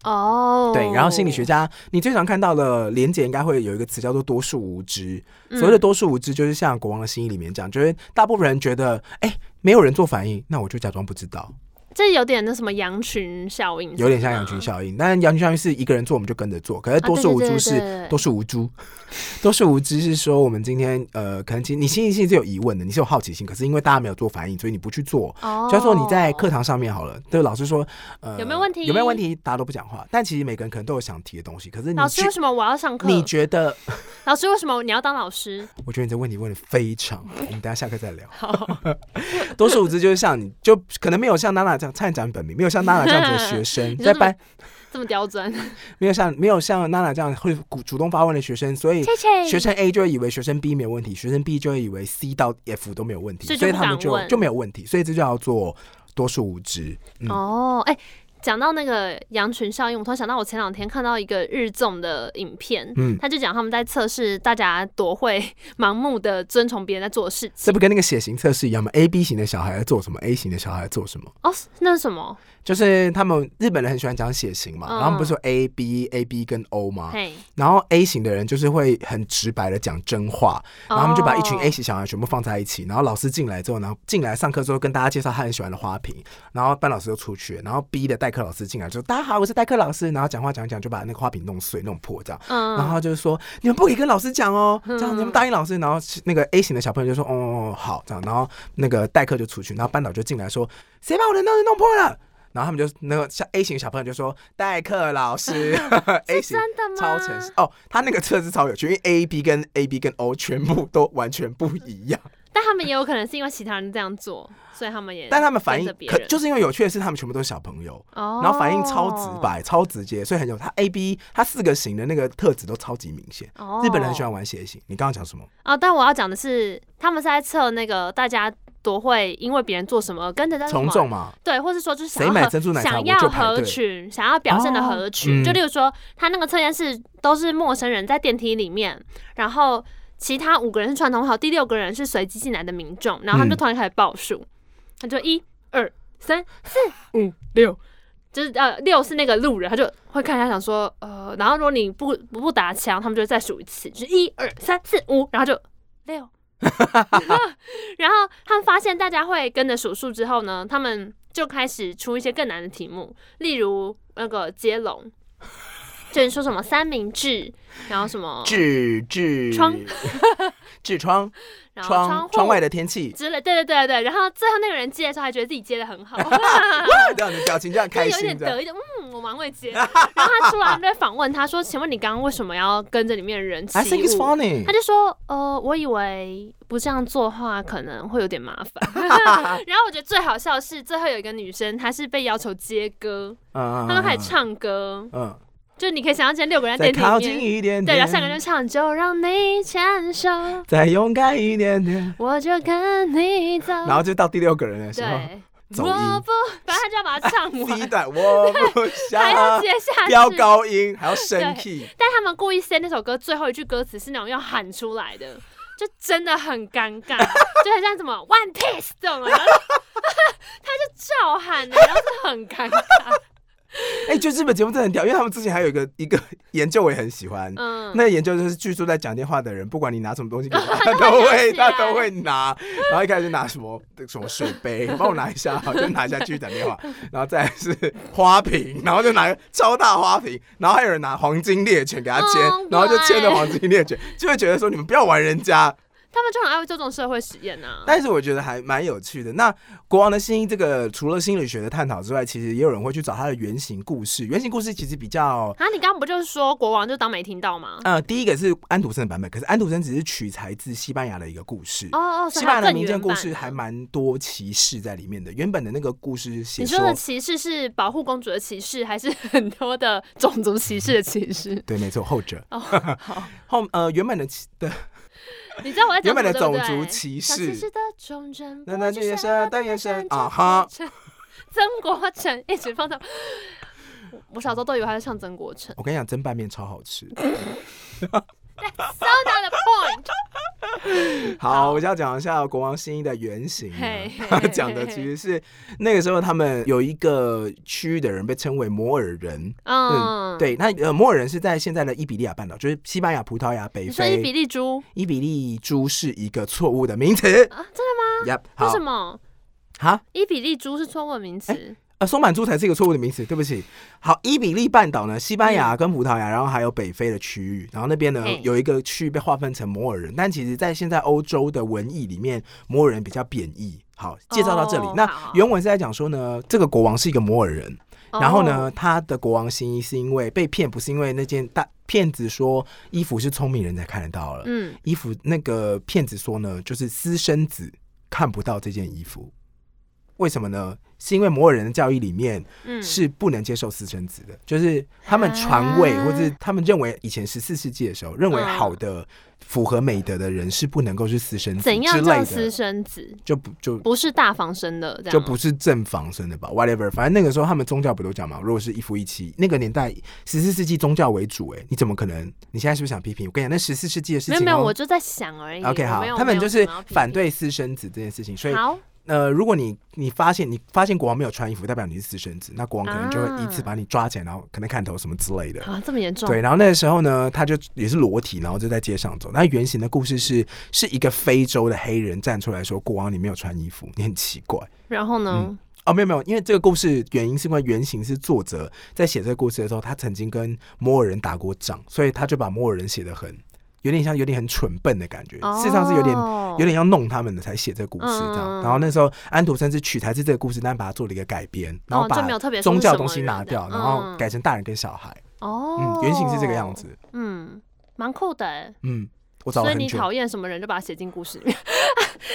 哦，对，然后心理学家，你最常看到的连结应该会有一个词叫做多数无知。嗯所谓的多数无知，就是像国王的心意里面讲，就是大部分人觉得，哎、没有人做反应，那我就假装不知道，这有点那什么羊群效应，啊有点像羊群效应。但羊群效应是一个人做我们就跟着做，可是多数无知啊对对是对对多数无知，多数无知是说我们今天呃，可能其实你心里是有疑问的，你是有好奇心，可是因为大家没有做反应，所以你不去做，哦，就说你在课堂上面好了，对老师说，呃，有没有问题有没有问题？大家都不讲话，但其实每个人可能都有想提的东西，可是你老师去为，什么我要上课？你觉得，老师为什么你要当老师？我觉得你这问题问的非常好，我们等一下下课再聊。 多数无知就是像你，就可能没有像娜娜这样，差点讲本名，没有像娜娜这样子的学生， 你在说什么班这么刁钻，没有像没有像娜娜这样会主主动发问的学生，所以切切，学生 A 就会以为学生 B 没有问题，学生 B 就会以为 C 到 F 都没有问题，所以就所以不他们敢就问就没有问题，所以这就叫做多数无知。嗯哦，哎、讲到那个羊群效应，我突然想到，我前两天看到一个日综的影片，嗯他就讲他们在测试大家多会盲目的遵从别人在做的事这情。不跟那个血型测试一样吗？A、B 型的小孩在做什么？A 型的小孩在做什么？哦，是那是什么？就是他们日本人很喜欢讲血型嘛，然嗯后他们不是有 A、B、A、B 跟 O 吗？嘿，然后 A 型的人就是会很直白的讲真话，然后他们就把一群哦 A 型小孩全部放在一起，然后老师进来之后，然后进来上课之后跟大家介绍他很喜欢的花瓶，然后班老师就出去了，然后 B 的代课老师进来就大家好，我是代课老师，然后讲话讲一讲就把那个花瓶弄碎弄破这样，嗯，然后他就是说你们不可以跟老师讲哦，这样嗯你们答应老师，然后那个 A 型的小朋友就说哦好这样，然后那个代课就出去，然后班导就进来说谁把我的闹钟弄破了。然后他们就那个像 A 型小朋友就说代课老师 ，A 型真的吗？超诚实哦，他那个测试超有趣，因为 A、B 跟 A、B 跟 O 全部都完全不一 样，但他们也有可能是因为其他人这样做，所以他们也，但他们反应可可就是因为有趣的是，他们全部都是小朋友，哦，然后反应超直，白、超直接，所以很有他 A、B 他四个型的那个特质都超级明显。哦、日本人很喜欢玩血型，你刚刚讲什么？啊、但我要讲的是，他们是在测那个大家多会因为别人做什么而跟着在做什从么众嘛，对，或是说就是想谁要买合珍珠奶茶想我要就排合队群，想要表现的合群。哦就嗯例如说，他那个测验室都是陌生人在电梯里面，然后其他五个人是传统好，第六个人是随机进来的民众，然后他们就嗯突然开始报数，他就一二三四五六。就是呃六是那个路人，他就会看一下想说呃，然后如果你不不不打枪，他们就会再数一次，就是一二三四五，然后就六， 然后他们发现大家会跟着数数之后呢，他们就开始出一些更难的题目，例如那个接 龙，就是说什么三明治，然后什么，痔痔嗯 窗痔窗然后窗户窗外的天气，之类，对对对对。然后最后那个人接的时候还觉得自己接的 很好，这样你的表情这 样就开有心点这样。得意的，嗯，我蛮会接的。然后他出来，他们就会访问他说：“请问你刚刚为什么要跟着里面的人起 I think it's 舞？” funny 他。就说：“呃，我以为不这样做的话可能会有点麻烦。” 然后我觉得最好笑的是，最后有一个女生，她是被要求接歌，嗯她都开始，唱歌，嗯嗯嗯，就你可以想象今天六个人在再电梯靠里近面，一点点，对，然后三个人就唱：“就让你牵手，再勇敢一点点。我就跟你走。”然后就到第六个人的时候嗯对，走音我不，反正她就要把它 唱第一完，段我不还要想接下去，飙高音，还要升 key，但他们故意 say 那首歌最后一句歌词是那种要喊出来的，就真的很尴尬， 就很像什么 One Piece 这种，然后 他就照喊的，然后就很尴尬。哎，就日本节目真的很屌，因为他们之前还有一个一个研究我也很喜欢。嗯，那个研究就是，据说在讲电话的人，不管你拿什么东西给 他，他都会他都会拿。然后一开始就拿什么什么水杯，帮我拿一下，好就拿一下继续讲电话。 然后再来是花瓶，然后就拿个超大花瓶，然后还有人拿黄金猎犬给他签哦，然后就签了黄金猎犬，就会觉得说你们不要玩人家，他们就很爱做这种社会实验呐、啊。但是我觉得还蛮有趣的。那《国王的新衣》这个除了心理学的探讨之外，其实也有人会去找它的原型故事。原型故事其实比较啊，你刚刚不就是说国王就当没听到吗？呃，第一个是安徒生的版本，可是安徒生只是取材自西班牙的一个故事。哦哦，所以西它班牙的更民间原故版事的还蛮多歧视在里面的。原本的那个故事写你说的歧视是保护公主的歧视，还是很多的种族歧视的歧视？对，没错，后者 哦，好，后呃原本的其的你知道我在讲原本的什么种对不族对歧小骑视士，的忠贞，那那不就惧也善恶是的但也是战啊争哈，曾国成一直放到我我小时候都以为他是像曾国成。我跟你讲，蒸拌面超好 吃。 So not the point 好，我就要讲一下《国王新衣》的原型啊嘿。他讲的其实是那个时候，他们有一个区域的人被称为摩尔人。嗯，，对，那呃，摩尔人是在现在的伊比利亚半岛，就是西班牙、葡萄牙、北你说伊比非。利猪伊比利猪是一个错误的名词。啊，真的 Yep，吗？为好什么好，伊比利猪是错误的名词？呃，松板猪才是一个错误的名词，对不起。好，伊比利半岛呢，西班牙跟葡萄牙，然后还有北非的区域，然后那边呢嘿有一个区域被划分成摩尔人，但其实在现在欧洲的文艺里面，摩尔人比较贬义。好，介绍到这里。哦那好原文是在讲说呢，这个国王是一个摩尔人，然后嗯呢，他的国王新衣是因为被骗，不是因为那件大骗子说衣服是聪明人才看得到了，哦？嗯，衣服那个骗子说呢，就是私生子看不到这件衣服，为什么呢？是因为摩尔人的教义里面嗯是不能接受私生子的，就是他们传位，啊嗯或是他们认为以前十四世纪的时候，认为好的、符合美德的人是不能够是私生子之怎样叫类私的，生子？就不就不是大房生的，这样就吗不是正房生的吧？whatever，反正那个时候他们宗教不都讲嘛，如果是一夫一妻，那个年代十四世纪宗教为主、欸，哎，你怎么可能？你现在是不是想批评？我跟你讲，那十四世纪的事没情、有哦，没有，我就在想而已。 OK，哎我好没有，他们就是反。没有对私生子这件事情，所什么以要批评呃，如果你你发现你发现国王没有穿衣服，代表你是私生子，那国王可能就会一次啊把你抓起来，然后可能砍头什么之类的。好啊，这么严重？对，然后那个时候呢，他就也是裸体，然后就在街上走。那原型的故事是，是一个非洲的黑人站出来说：“国王，你没有穿衣服，你很奇怪。然后呢？哦，没有没有，因为这个故事原因是因为原型是作者在写这个故事的时候，他曾经跟摩尔人打过仗，所以他就把摩尔人写的很有点像有点很蠢笨的感觉，哦事实上是有点有点要弄他们的才写这个故事这嗯嗯样。嗯然后那时候安徒生是取材自这个故事，但把它做了一个改编，然后哦就没把有特别说宗是教什东么西人拿的掉，然嗯后嗯改成大人跟小孩。哦嗯，，原型是这个样，子。嗯，蛮酷的欸。嗯，我找了所以很你久。讨厌什么人，就把它写进故事里面。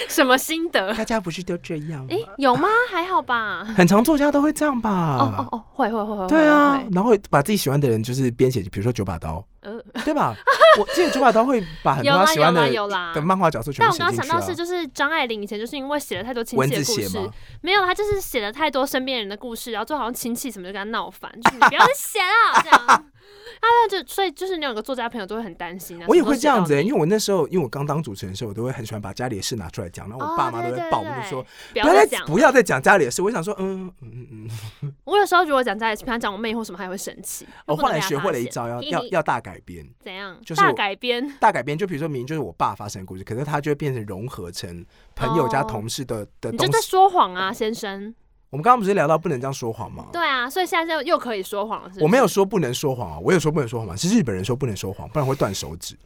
什么心得？大家不是都这样吗诶，？有吗？还好吧。很常作家都会这样吧？哦哦哦，会会会会。啊对啊会，，然后把自己喜欢的人就是编写，比如说九把 刀，呃对吧？我记得九把刀会把很多有他啦喜欢的有啦有啦的漫画角色全但部我写刚刚进想去到是，啊。就是张爱玲以前就是因为写了太多亲文戚字的故写事吗，？没有，她就是写了太多身边人的故事，然后就好像亲戚什么就跟她闹翻，就是你不要再写了这样。 啊，那就所以就是你有个作家朋友就会很担心啊。我也什么会都这样子、写欸，到因为我那时候，因为我刚当主持人的时候，我都会很喜欢把家里的事拿出来讲，然后哦我爸妈对都对会暴对怒对说你不不要要再再讲。不要再讲家里的事。我想说，嗯嗯嗯嗯，我有时候如果讲家里其他讲我妹或什么，她也会生气。我就不后能来被她学会了一发现招，要嘿嘿要要大改编。怎样？就是大我改编大改编就比如说，明明就是我爸发生的故事，可是他就会变成融合成朋友加同事的的哦你东就在西。说谎啊，先生。我们刚刚不是聊到不能这样说谎吗？对啊，所以现在又又可以说谎了，是不是我没有，说不能说谎啊，我有说不能说谎吗？是日本人说不能说谎，不然会断手指。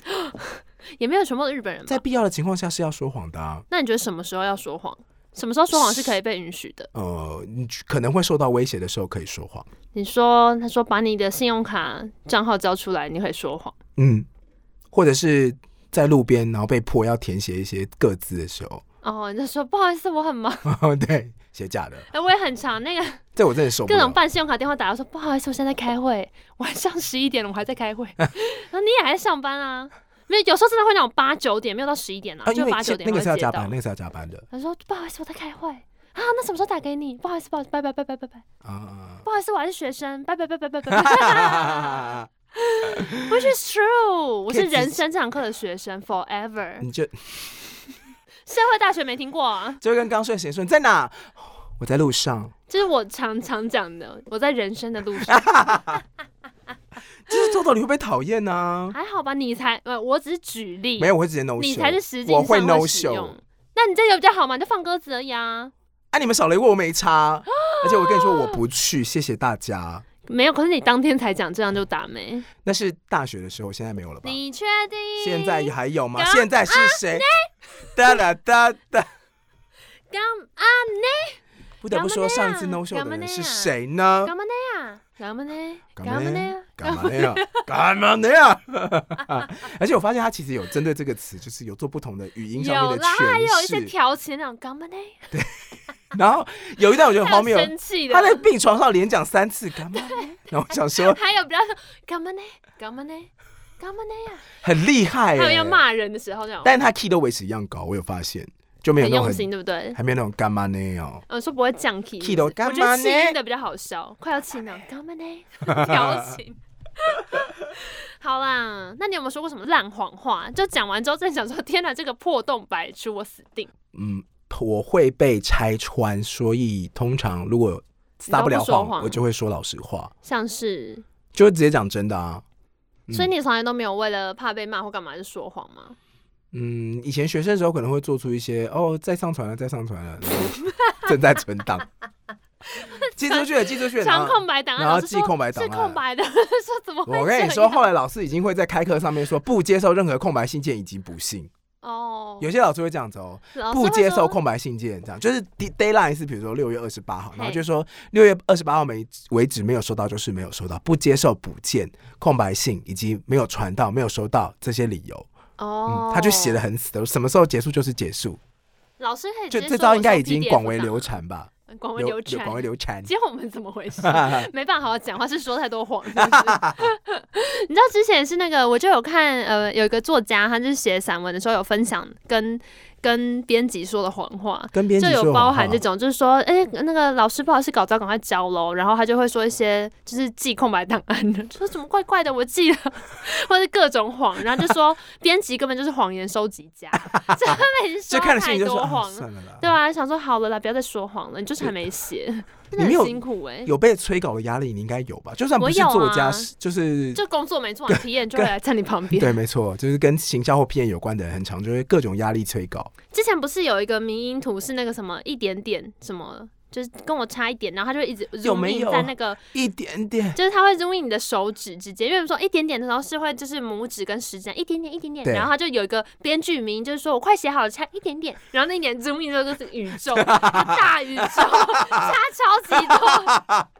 也没有全部都日本人吧在必要的情况下是要说谎的、啊，那你觉得什么时候要说谎？什么时候说谎是可以被允许的？呃，你可能会受到威胁的时候可以说谎。你说，他说把你的信用卡账号交出来，你可以说谎。嗯，或者是在路边然后被迫要填写一些个字的时候，哦，你就说不好意思，我很忙。 对，写假的，哎、我也很长，那个这我真的受不各种了。办信用卡电话打来说不好意思，我现在在开会，晚上十一点了，我还在开会。 然后你也还在上班啊？没有，有时候真的会那种八九点，没有到十一点啊，因就为八九现点那个会是要接加到班，那个是要加班的他说不好意思，我在开会啊，那什么时候打给你？不好意思，不好意思，拜拜拜拜拜拜，啊。不好意思，我还是学生，拜拜拜拜拜拜 拜。Which is true，我可以是直人生这堂课的学生，forever。你就社会大学没听过啊，就会跟刚睡醒说你在哪？我在路上，这是我常常讲的，我在人生的路上就是做到你会被讨厌呢。还好吧？你才呃，我只是举例，没有，我会直接 no show。你才是实际我上会 no 使 show 用。那你这有比较好嘛？你就放鸽子而已啊，啊，你们少了一个我没差，而且我跟你说我不去，谢谢大家。没有，可是你当天才讲，这样就打没？那是大学的时候，现在没有了吧？你确啊定？现在还有吗？干现在是谁？哒啦哒哒！干啊不得不说，干嘛那上样一次 no show 的干嘛人那样是谁呢？干嘛那样？干嘛呢？干干嘛嘛呢呢？干嘛 那样？ 干嘛那样？而且我发现他其实有针对这个词，就是有做不同的语音上面有的啦，还有诠一些释。调情那种干嘛呢？然后有一段我觉得很荒还谬有，生气的，他在病床上连讲三次干嘛呢？然后我想 说还有比较干嘛呢？干嘛呢？干嘛呢呀？很厉害、欸，还有要骂人的时候那种，但他 key 都维持一样高，我有发现，就没有很那种用很心，对不对？还没有那种干嘛呢哦。呃，说不会降 key， key 都我觉干嘛得呢气音的比较好笑，快要气到干嘛呢？ 调情。 好啦，那你有没有说过什么烂谎话？就讲完之后再想说，天哪，这个破洞百出，我死定。嗯，我会被拆穿，所以通常如果撒不了你都不说谎，谎我就会说老实话，像是，就会直接讲真的啊。嗯所以你从来都没有为了怕被骂或干嘛就说谎吗？嗯，以前学生的时候可能会做出一些哦，再上传了，再上传了， 然后正在存档，寄出去了，寄出去了。然长后空白档案，然后老师说寄空白档是案空白的， 说怎么会这样？我跟你说，后来老师已经会在开课上面说不接受任何空白信件以及不信，哦，有些老师会这样子哦，老师不会接受说空白信件，这样就是 d- deadline 是比如说六月二十八号，嘿然后就说六月二十八号没为止没有收到就是没有收到，不接受补件、空白信以及没有传到、没有收到这些理由。哦嗯，，他就写的。很死的，什么时候结束就是结束。老师可以就直接这说招我应该收已经 PDF 广为档流案，传吧？嗯广为流传，广 为流传。结果我们怎 么回事？没办法好好讲话，是说太多谎。是不是 你知道之前是那个，我就有看，呃，有一个作家，他就是写散文的时候有分享跟跟编辑说的谎话，跟编辑就说有的包谎含话这种，就是说，哎、那个老师不好意思，稿招赶快交喽。然后他就会说一些就是记空白档案 的，说怎么怪怪的，我记了， 或者各种谎，然后就说 编辑根本就是谎言收集家， 真的已经就说看了心太里就说多啊谎了。算了啦。对啊，想说好了啦，不要再说谎了，你就是还没 写，真你的没有很辛苦哎、有被催稿的压力，你应该有吧？就算不我是有作家，啊是就是就工作没做完，体验就会来站你旁边。对，没错，就是跟行销或 PM 有关的人，很常就会各种压力催稿。之前不是有一个迷因图是那个什么一点点什么，就是跟我差一点，然后他就一直 zoom 有没 in 有在那个，一点点，就是他会 zoom in 你的手指指节，因为我们说一点点的时候是会就是拇指跟食指一点点一点点，对然后他就有一个编剧名就是说我快写好了，差一点点，然后那一点 zoom in 之后就是宇宙 大宇宙，差超级多，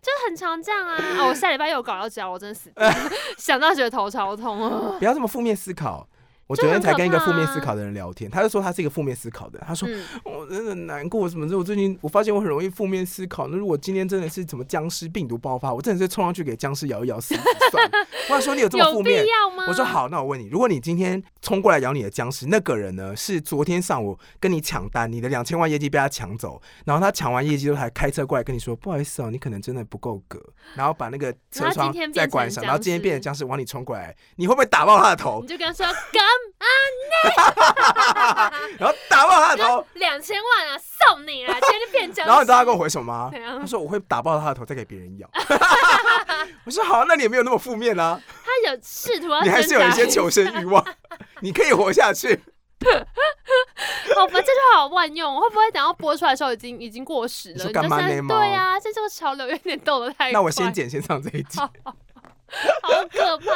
就是很常这样啊。哦，我下礼拜又有稿要交，我真的死定了， 想到觉得头超痛哦。不要这么负面思考。我这昨天很才可跟一个怕负面啊思考的人聊天，他就说他是一个负面思考的人，他说、嗯，我真的很难过什么的，我最近我发现我很容易负面思考。那如果今天真的是怎么僵尸病毒爆发，我真的是冲上去给僵尸咬一咬死一死算 了。我想说你有这么有负必面，要吗？我说好，那我问你，如果你今天冲过来咬你的僵尸，那个人呢是昨天上午跟你抢单，你的两千万业绩被他抢走，然后他抢完业绩之后还开车过来跟你说，不好意思哦，你可能真的不够格，然后把那个车然后窗嗯今天再变关成上，然后今天僵尸变成僵尸往你冲过来，你会不会打爆他的头 你？就跟他说干然后打爆他的头，两千万啊，送你啦，今天就变僵 尸。然后你知道他跟我回什么吗？怎样他说我会打爆他的头再给别 人咬。我说好，那你也没有那么负面啊，他有试图要你还是有一些挣扎求生欲 望，你可以活下去。 好吧，这句话好万用，会不会等到播出来的时候已经已经过时你了？说你干就嘛现在呢吗对啊，这这个潮流有点逗得哎太快。那我先，剪先上这一集。好可怕。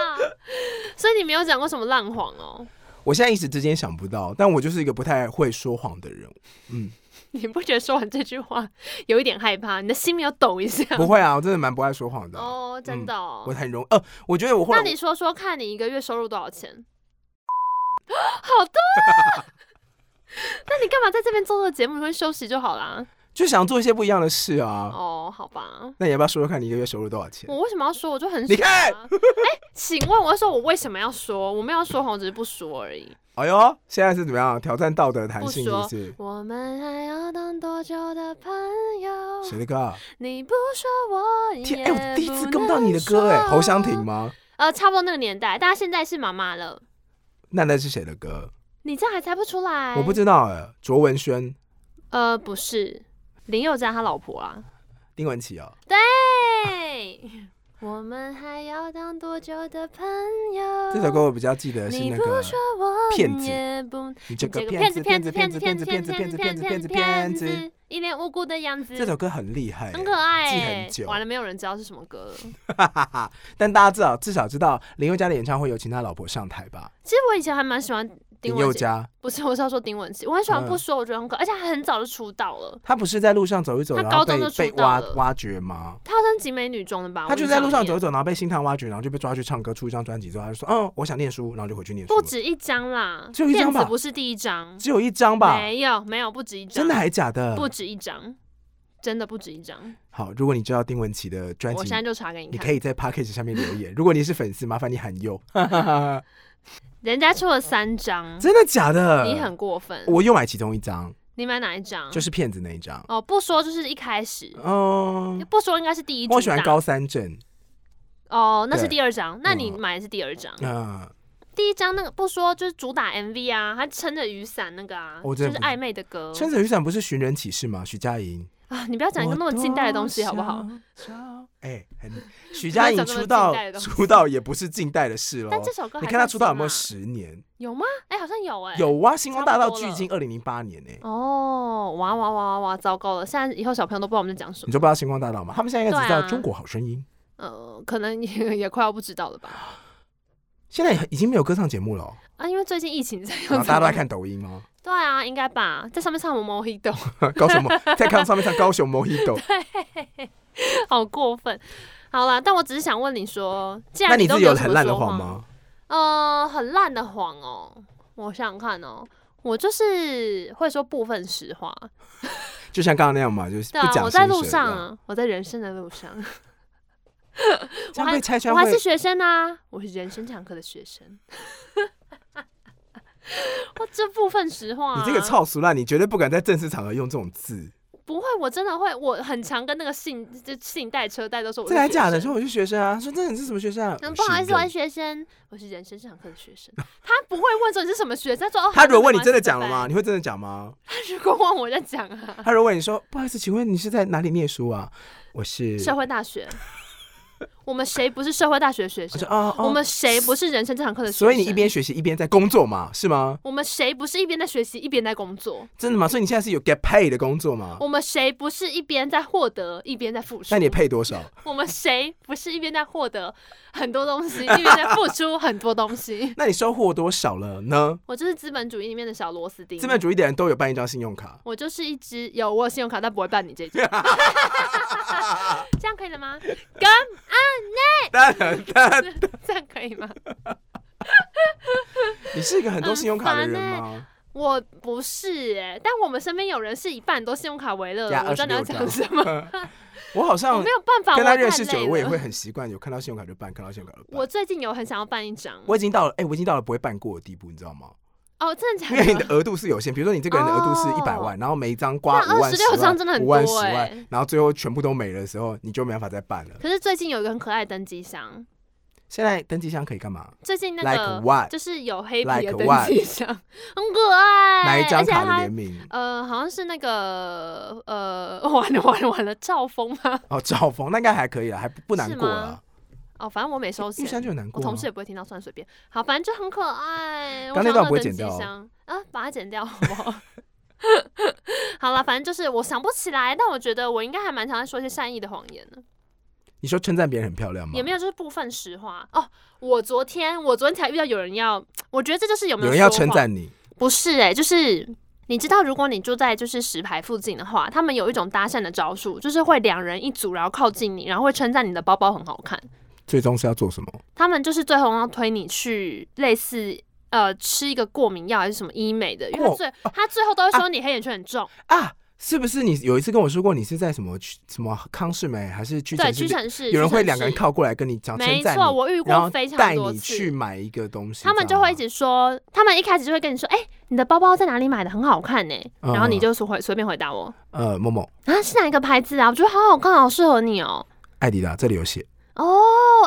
所以你没有讲过什么烂谎哦，我现在一时之间想不到，但我就是一个不太会说谎的 人。嗯，你不觉得说完这句话有一点害怕，你的心没有抖一下？不会啊，我真的蛮不爱说谎的。啊哦，真的、哦我很容呃，我觉得我后那来你说说看你一个月收入多 少钱？好多啊！ 那你干嘛在这边做这个节目？你会休息就好啦。就想做一些不一样的事啊。哦，好吧。那你要不要说说看你一个月收入多少钱？我为什么要说？我就很、啊、你看哎、请问我说我为什么要说？我没有要说谎，我只是不说而已。哎呦，现在是怎么样挑战道德弹性？是不不说是？我们还要当多久的朋友？谁的歌啊？你不说我哦也天，哎、我第一次不跟不到你的能歌、哎，说侯湘婷？吗？呃，差不多那个年代，但她现在是妈妈了。那那是谁的歌？你这样还猜不出来？我不知道哎、卓文萱、呃，不是林宥嘉他老婆啊啦。丁文琪啊，对， 我们还要当多久的朋友？这首歌我比较记得是哦你那不个啊说我骗子也不你这个这个骗子骗骗子骗子骗子子骗骗子子骗骗子子骗骗子骗子骗子骗子子骗子骗骗子子，一脸无辜的样子，这首歌很厉害、很可爱、记欸，很久完了，没有人知道是什么 歌了。哈哈哈！但大家至少至少知道林宥嘉的演唱会有请他老婆上台吧？其实我以前还蛮喜欢丁林文宥琪，嘉，不是，我是要说丁文琪，我很喜欢嗯不说，我觉得很可爱，而且他很早就出道了，他不是在路上走一走，他然后高被中就出被道挖了挖掘吗？他好像集美女中的吧？他我就印在象路上里面走一走，然后被星探挖掘，然后就被抓去唱歌，出一张专辑之后，他就说：“嗯，我想念书，然后就回去念书。”不止一张啦，只有一张电子吧不是第一张，只有一张吧？没有没有，不止一张，真的还假的？不止一张，真的不止一张。好，如果你知道丁文琪的专我辑现，在就查给你你看，可以在 p a c k a g e 下面留 言。如果你是粉丝，麻烦你喊哟。哈哈哈人家出了三张，真的假的？ 你很过分。我又买其中一张，你买哪一张？就是骗子那一张。哦，不说就是一开始，嗯，不说应该是第一主打。我喜欢高三症。哦，那是对第二张，那你嗯买的是第二张。嗯，第一张那个不说就是主打 MV 啊，他撑着雨伞那个啊，我就真是的不暧昧的歌撑着雨伞不是寻人启事吗？许佳莹。啊，你不要讲一个那么近代的东西好不好？？ 哎、 很许佳不莹要讲出那么近道代的东西出道也不是近代的事喽。但这首歌你还看她算出道有新没有十啊年？有吗？哎，好像有哎，有啊，星光大道差不多距了今二零零八年呢、哦，哇哇哇哇哇，糟糕了！现在以后小朋友都不知道我们在讲你什么，就不知道星光大道吗？他们现在应该只知道对《啊中国好声音》呃，可能也也快要不知道了吧？现在已经没有歌唱节目了 哦、啊，因为最近疫情在然用后大家都在看抖音哦，对啊，应该吧，在上面唱我 Mojito，高雄 Mo- 在看上面唱高雄 Mojito， 好过分。好啦，但我只是想问啊你说，既那然你都自己没有什很么烂的说谎谎？吗？呃，很烂的谎哦，我想想看哦，我就是会说部分实话。就像刚刚那样嘛，就是对不啊，讲我在心路声上这样，啊，我在人生的路上，这样被拆我穿还是会学生啊，我是人生常课的学生。 我这部分实话、啊，你这个操俗烂，你绝对不敢在正式场合用这种字，不会，我真的会，我很常跟那个信就信贷车贷都说我是真的还假的？学说生我是学生啊，说这你是什么学生啊？嗯，不好意思，我我是是人学生，我是人生上课的学生。他不会问说你是什么学生，他说哦。他如果问你好真的讲了？吗？那你会真的讲吗？拜拜他如果问 我在讲啊，他如果问你说不好意思，请问你是在哪里念书啊？我是社会大学，我们谁不是社会大学的学我说生？哦哦，我们谁不是人生这堂课的学生？所以你一边学习一边在工作嘛，是吗？我们谁不是一边在学习一边在工作？真的吗？所以你现在是有 get pay 的工作吗？我们谁不是一边在获得一边在付出那？你配多少？我们谁不是一边在获得很多东西，一边在付出很多东西？ 那你收获多少了呢？我就是资本主义里面的小螺丝钉。 资本主义的人都有办一张信用卡，我就是一只有我有信用卡，但不会办你这 一张，这样可以了吗？跟哎当然，当然， 这样可以吗？你是一个很多信用卡的人很欸 吗？ 我不是哎、但我们身边有人是以办很多信用卡为乐加的，我知道你要26讲张什么，我好我像没有办法，跟我他太认识久了，累我也了会。很习惯，有看到信用卡就办，看到信用卡就我办。最近有很想要办一张，我已经到了，哎，我已经到了不会办过的地步，你知道吗？哦，真的假因为你的？的额度是有限，比如说你这个人的额度是哦一百万，然后每一张刮那五万、 26十张真的万、很五万、十多欸万，然后最后全部都没了的时候，你就没办法再办了。可是最近有一个很可爱的登机箱，现在登记箱可以干嘛？最近那 Like 个 what？就是有黑皮 Like 的登 what？机箱， 很可爱，哪一张而且卡的它联名？呃好像是那个呃 完了完了完了，赵峰吗？哦，赵峰那应该还可以了，还不不难是过吗了。哦，反正我没收玉山钱，就很难我过啊。同事也不会听到，算了随便。好，反正就很可爱。刚那我想段要不会登剪机掉哦箱啊，把它剪掉好不好？ 好了，反正就是我想不起来，但我觉得我应该还蛮常在说一些善意的谎言的，你说称赞别人很漂亮吗？也没有就是部分实话哦。我昨天我昨天才遇到有人要，我觉得这就是有没有有人要说称谎赞你，不是哎、就是你知道，如果你住在就是石牌附近的话，他们有一种搭讪的招数，就是会两人一组，然后靠近你，然后会称赞你的包包很好看。最终是要做什么？他们就是最后要推你去类似呃吃一个过敏药还是什么医美的，因为他过最他最后都会说你黑眼圈很重，啊，是不是你有一次跟我说过你是在什么屈什么康世美还是屈对，臣氏屈臣氏有人会屈臣氏两个人靠过来跟你讲称没赞错，你，我遇然过后非常带多你去次。买一个东西，他们这就样啊会吗一直说，他们一开始就会跟你说：“哎、你的包包在哪里买的？很好看呢、嗯然后你就是回随便回答我呃，某某啊，是哪一个牌子啊？我觉得好好看，好适合你哦、艾迪达这里有写哦，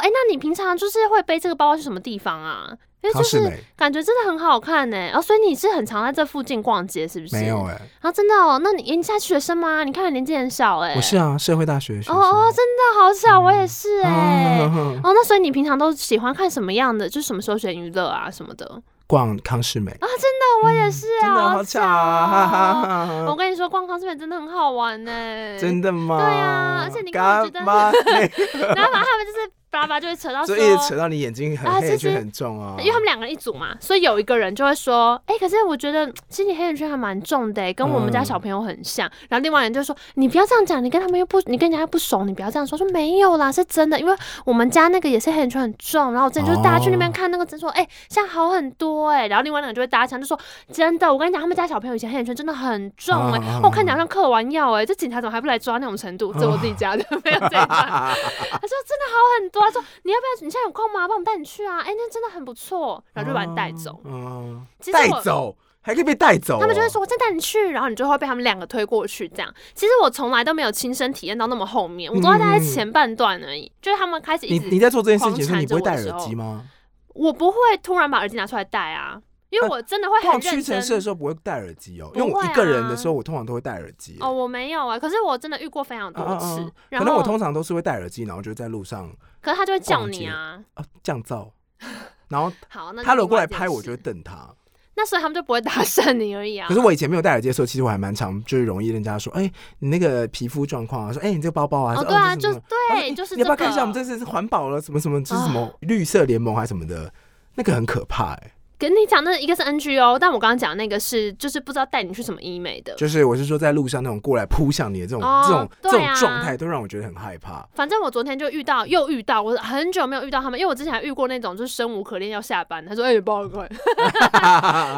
哎、那你平常就是会背这个包包去什么地方啊？因为康就世是美感觉真的很好看呢、哦，所以你是很常在这附近逛街，是不是？没有哎、啊，真的哦，那你诶你现在学生吗？你看你年纪很小哎、我是哦啊，社会大学的学生哦，真的好小，我也是哎、啊哦，那所以你平常都喜欢看什么样的？就是什么休闲娱乐啊什么的？逛康世美，啊，真的，我也是嗯啊，真的好巧巧啊！哈哈哦。哈哈我跟你说，逛康斯美真的很好玩欸呢、真的吗？对啊而且你看干我觉得 嘛？然后把他们就是巴拉巴拉就 会扯到说所，以扯到你眼睛很啊黑眼其实圈很重哦，因为他们两个人一组嘛，所以有一个人就会说：“哎、可是我觉得心理黑眼圈还蛮重的、欸跟我们家嗯小朋友很像。然后另外人就说：“你不要这样讲，你跟他们又不，你跟人家不熟，你不要这样说。”说没有啦，是真的，因为我们家那个也是黑眼圈很重。然后我之前就是大家去那边哦看那个诊所，哎、现在好很多哎、然后另外两个就会搭腔，就说：“真的，我跟你讲，他们家小朋友以前黑眼圈真的很重哎、啊啊啊哦我看起来像嗑完药哎、这警察怎么还不来抓那种程度？这我自己家的，没有这 一段。”他说真的好很多，他啊说你要不要？你现在有空吗？帮我们带你去啊！哎、那真的很不错，然后就把你带走。嗯，其实带我走还可以被带走哦，他们就会说我再带你去，然后你就会被他们两个推过去这样。其实我从来都没有亲身体验到那么后面，我都在大概嗯前半段而已，就是他们开始一你直你在做这件事情的时候，狂缠你不会着我戴的时耳候机吗？我不会突然把耳机拿出来戴啊，因为呃我真的会很逛屈认臣真。氏的时候不会戴耳机哦，不因为我会一个人啊的时候，我通常都会戴耳机。欸哦，我没有啊、可是我真的遇过非常 多啊啊啊次，然可能后我通常都是会戴耳机，然后就在路上可是他就会叫逛你街啊，啊降 噪，然后好，那他就如果过来另外一拍件我，就事啊会瞪他。那所以他们就不会搭讪你而已啊可。是我以前没有戴耳机的时候，其实我还蛮常就是容易人家说，哎，你那个皮肤状况啊，说哎你这个包包啊，哦，说对啊，这就是是什么他说对，哎就是你要不要这看一下个啊我们这次是环保了什么什么，这是什么绿色联盟还是什么的，那个很可怕哎。跟你讲，那一个是 NGO，但我刚刚讲那个是就是不知道带你去什么医美的。就是我是说在路上那种过来扑向你的这种哦这种这对种啊状态，都让我觉得很害怕。反正我昨天就遇到，又遇到，我很久没有遇到他们，因为我之前还遇过那种就是生无可恋要下班，他说：“哎、你帮我 看，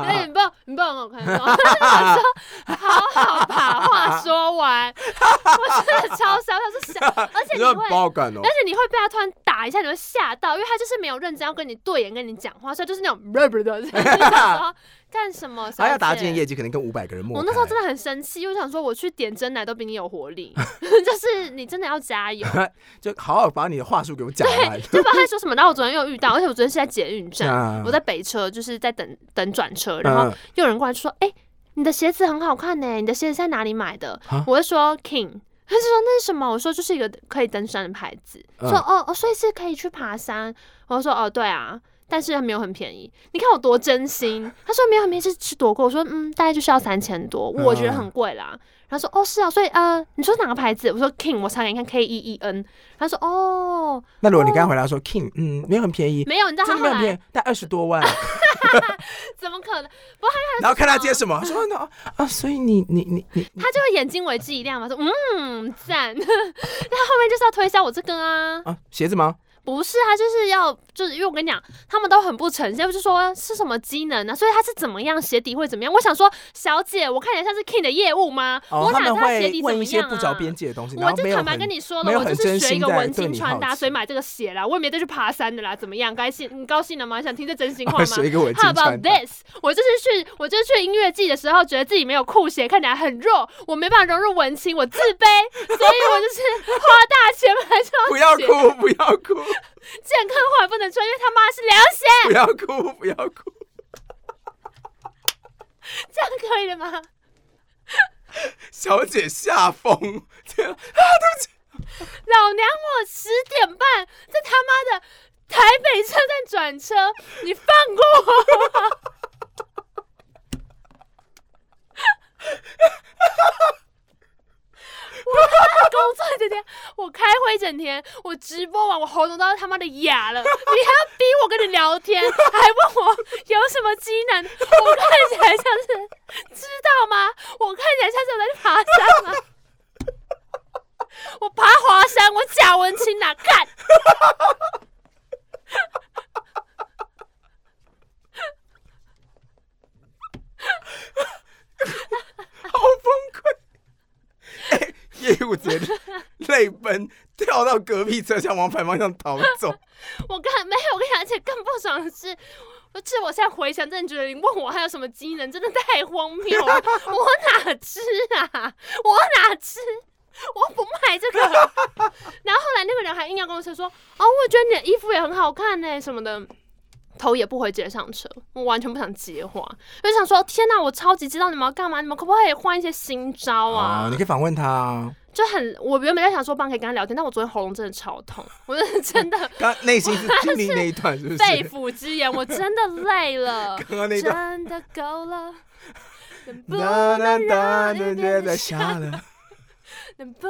哎、你帮我，你帮我看。”我 说：“好好把话说完。” 我真的超想，我 是想，而且你很会。爆感哦而且你会被他突然打一下，你会吓到，因为他就是没有认真要跟你对眼跟你讲话，所以就是 那种 的，就是想说干什么？他要小达姐今天业绩，可能跟五百个人默我那时候开真的很生气，我想说我去点真奶都比你有活 力， 就是你真的要加油。就好好把你的话术给我讲完。就不知道他在说什么，然后我昨天又遇到，而且我昨天是在捷运 站，啊我在北车，就是在等等转车，然后嗯又有人过来说：“哎、你的鞋子很好看呢、你的鞋子在哪里买的啊？”我就说 King。他就说那是什么？我说就是一个可以登山的牌子。嗯说哦哦，所以是可以去爬山。我就说哦对啊，但是它没有很便宜。你看我多 真心。他说没有很便宜是是多贵。我说嗯，大概就是要三千多，嗯我觉得很贵啦。他说哦是啊，所以呃，你说哪个牌子？我说 King，我查给你看 K E E N。他说哦，那如果你刚才回答说 King，嗯，没有很便宜，没有，啊你知道他真的没后有很来便宜，但二十多万。 怎么可能？然后看他接什么，他说那啊，所以你你你你他就会眼睛为之一亮嘛，说嗯赞。 那后面就是要推销我这个啊，啊鞋子吗？不是他就是要就是因为我跟你讲，他们都很不诚信，就说是什么机能啊，所以他是怎么样鞋底会怎么样？我想说，小姐，我看起来像是 King 的业务吗？哦，我他哪知们道鞋会底怎问么一些样不着啊？边际的东西，然我后就没有坦白很跟你说没了，有我很就是真学一心个在文对青你穿搭，好所以奇，买这个鞋啦。我也没再去爬山的啦，怎么样？该信你高兴了吗？想听这真心话啊吗？学一个文 How 青 about 穿搭。 this？我就是去，我就是去音乐季的时候，觉得自己没有酷鞋，看起来很弱，我没办法融入文青，我自卑，所以我就是花大钱买这 不双要鞋，哭，不要哭，健康化不能穿，因为他妈是凉鞋，不要哭，不要哭。这样可以了吗？小姐吓疯，天老娘我十点半在他妈的台北车站转车，你放过我！ 我工作一整天，我开会一整天，我直播完我喉咙都他妈的哑了，你还要逼我跟你聊天，还问我有什么机能，我看起来像是 知道吗？我看起来像是我在爬山吗？我爬华山，我假文青哪干？好崩溃！哎，业务直接泪奔，跳到隔壁车厢往反方向逃 走。我干没有，我跟你讲，而且更不爽的是，我是我现在回想，真的觉得你问我还有什么机能，真的太荒谬了。我哪知啊？我哪知？我不卖这个。 然后后来那个人还硬要跟我说说，哦，我觉得你的衣服也很好看呢、什么的。头也不回直接上车，我完全不想接话，我就想说天哪、我超级知道你们要干嘛，你们可不可以换一些新招啊？哦，你可以访问他啊，就很，我原本在想说帮可以跟他聊天，但我昨天喉咙真的超痛，我是真的刚内心是经历那一段是不是？肺腑之言，我真的累了，刚刚那一段，真的够了，能不哒哒哒让哒哒你的哒心下了，能不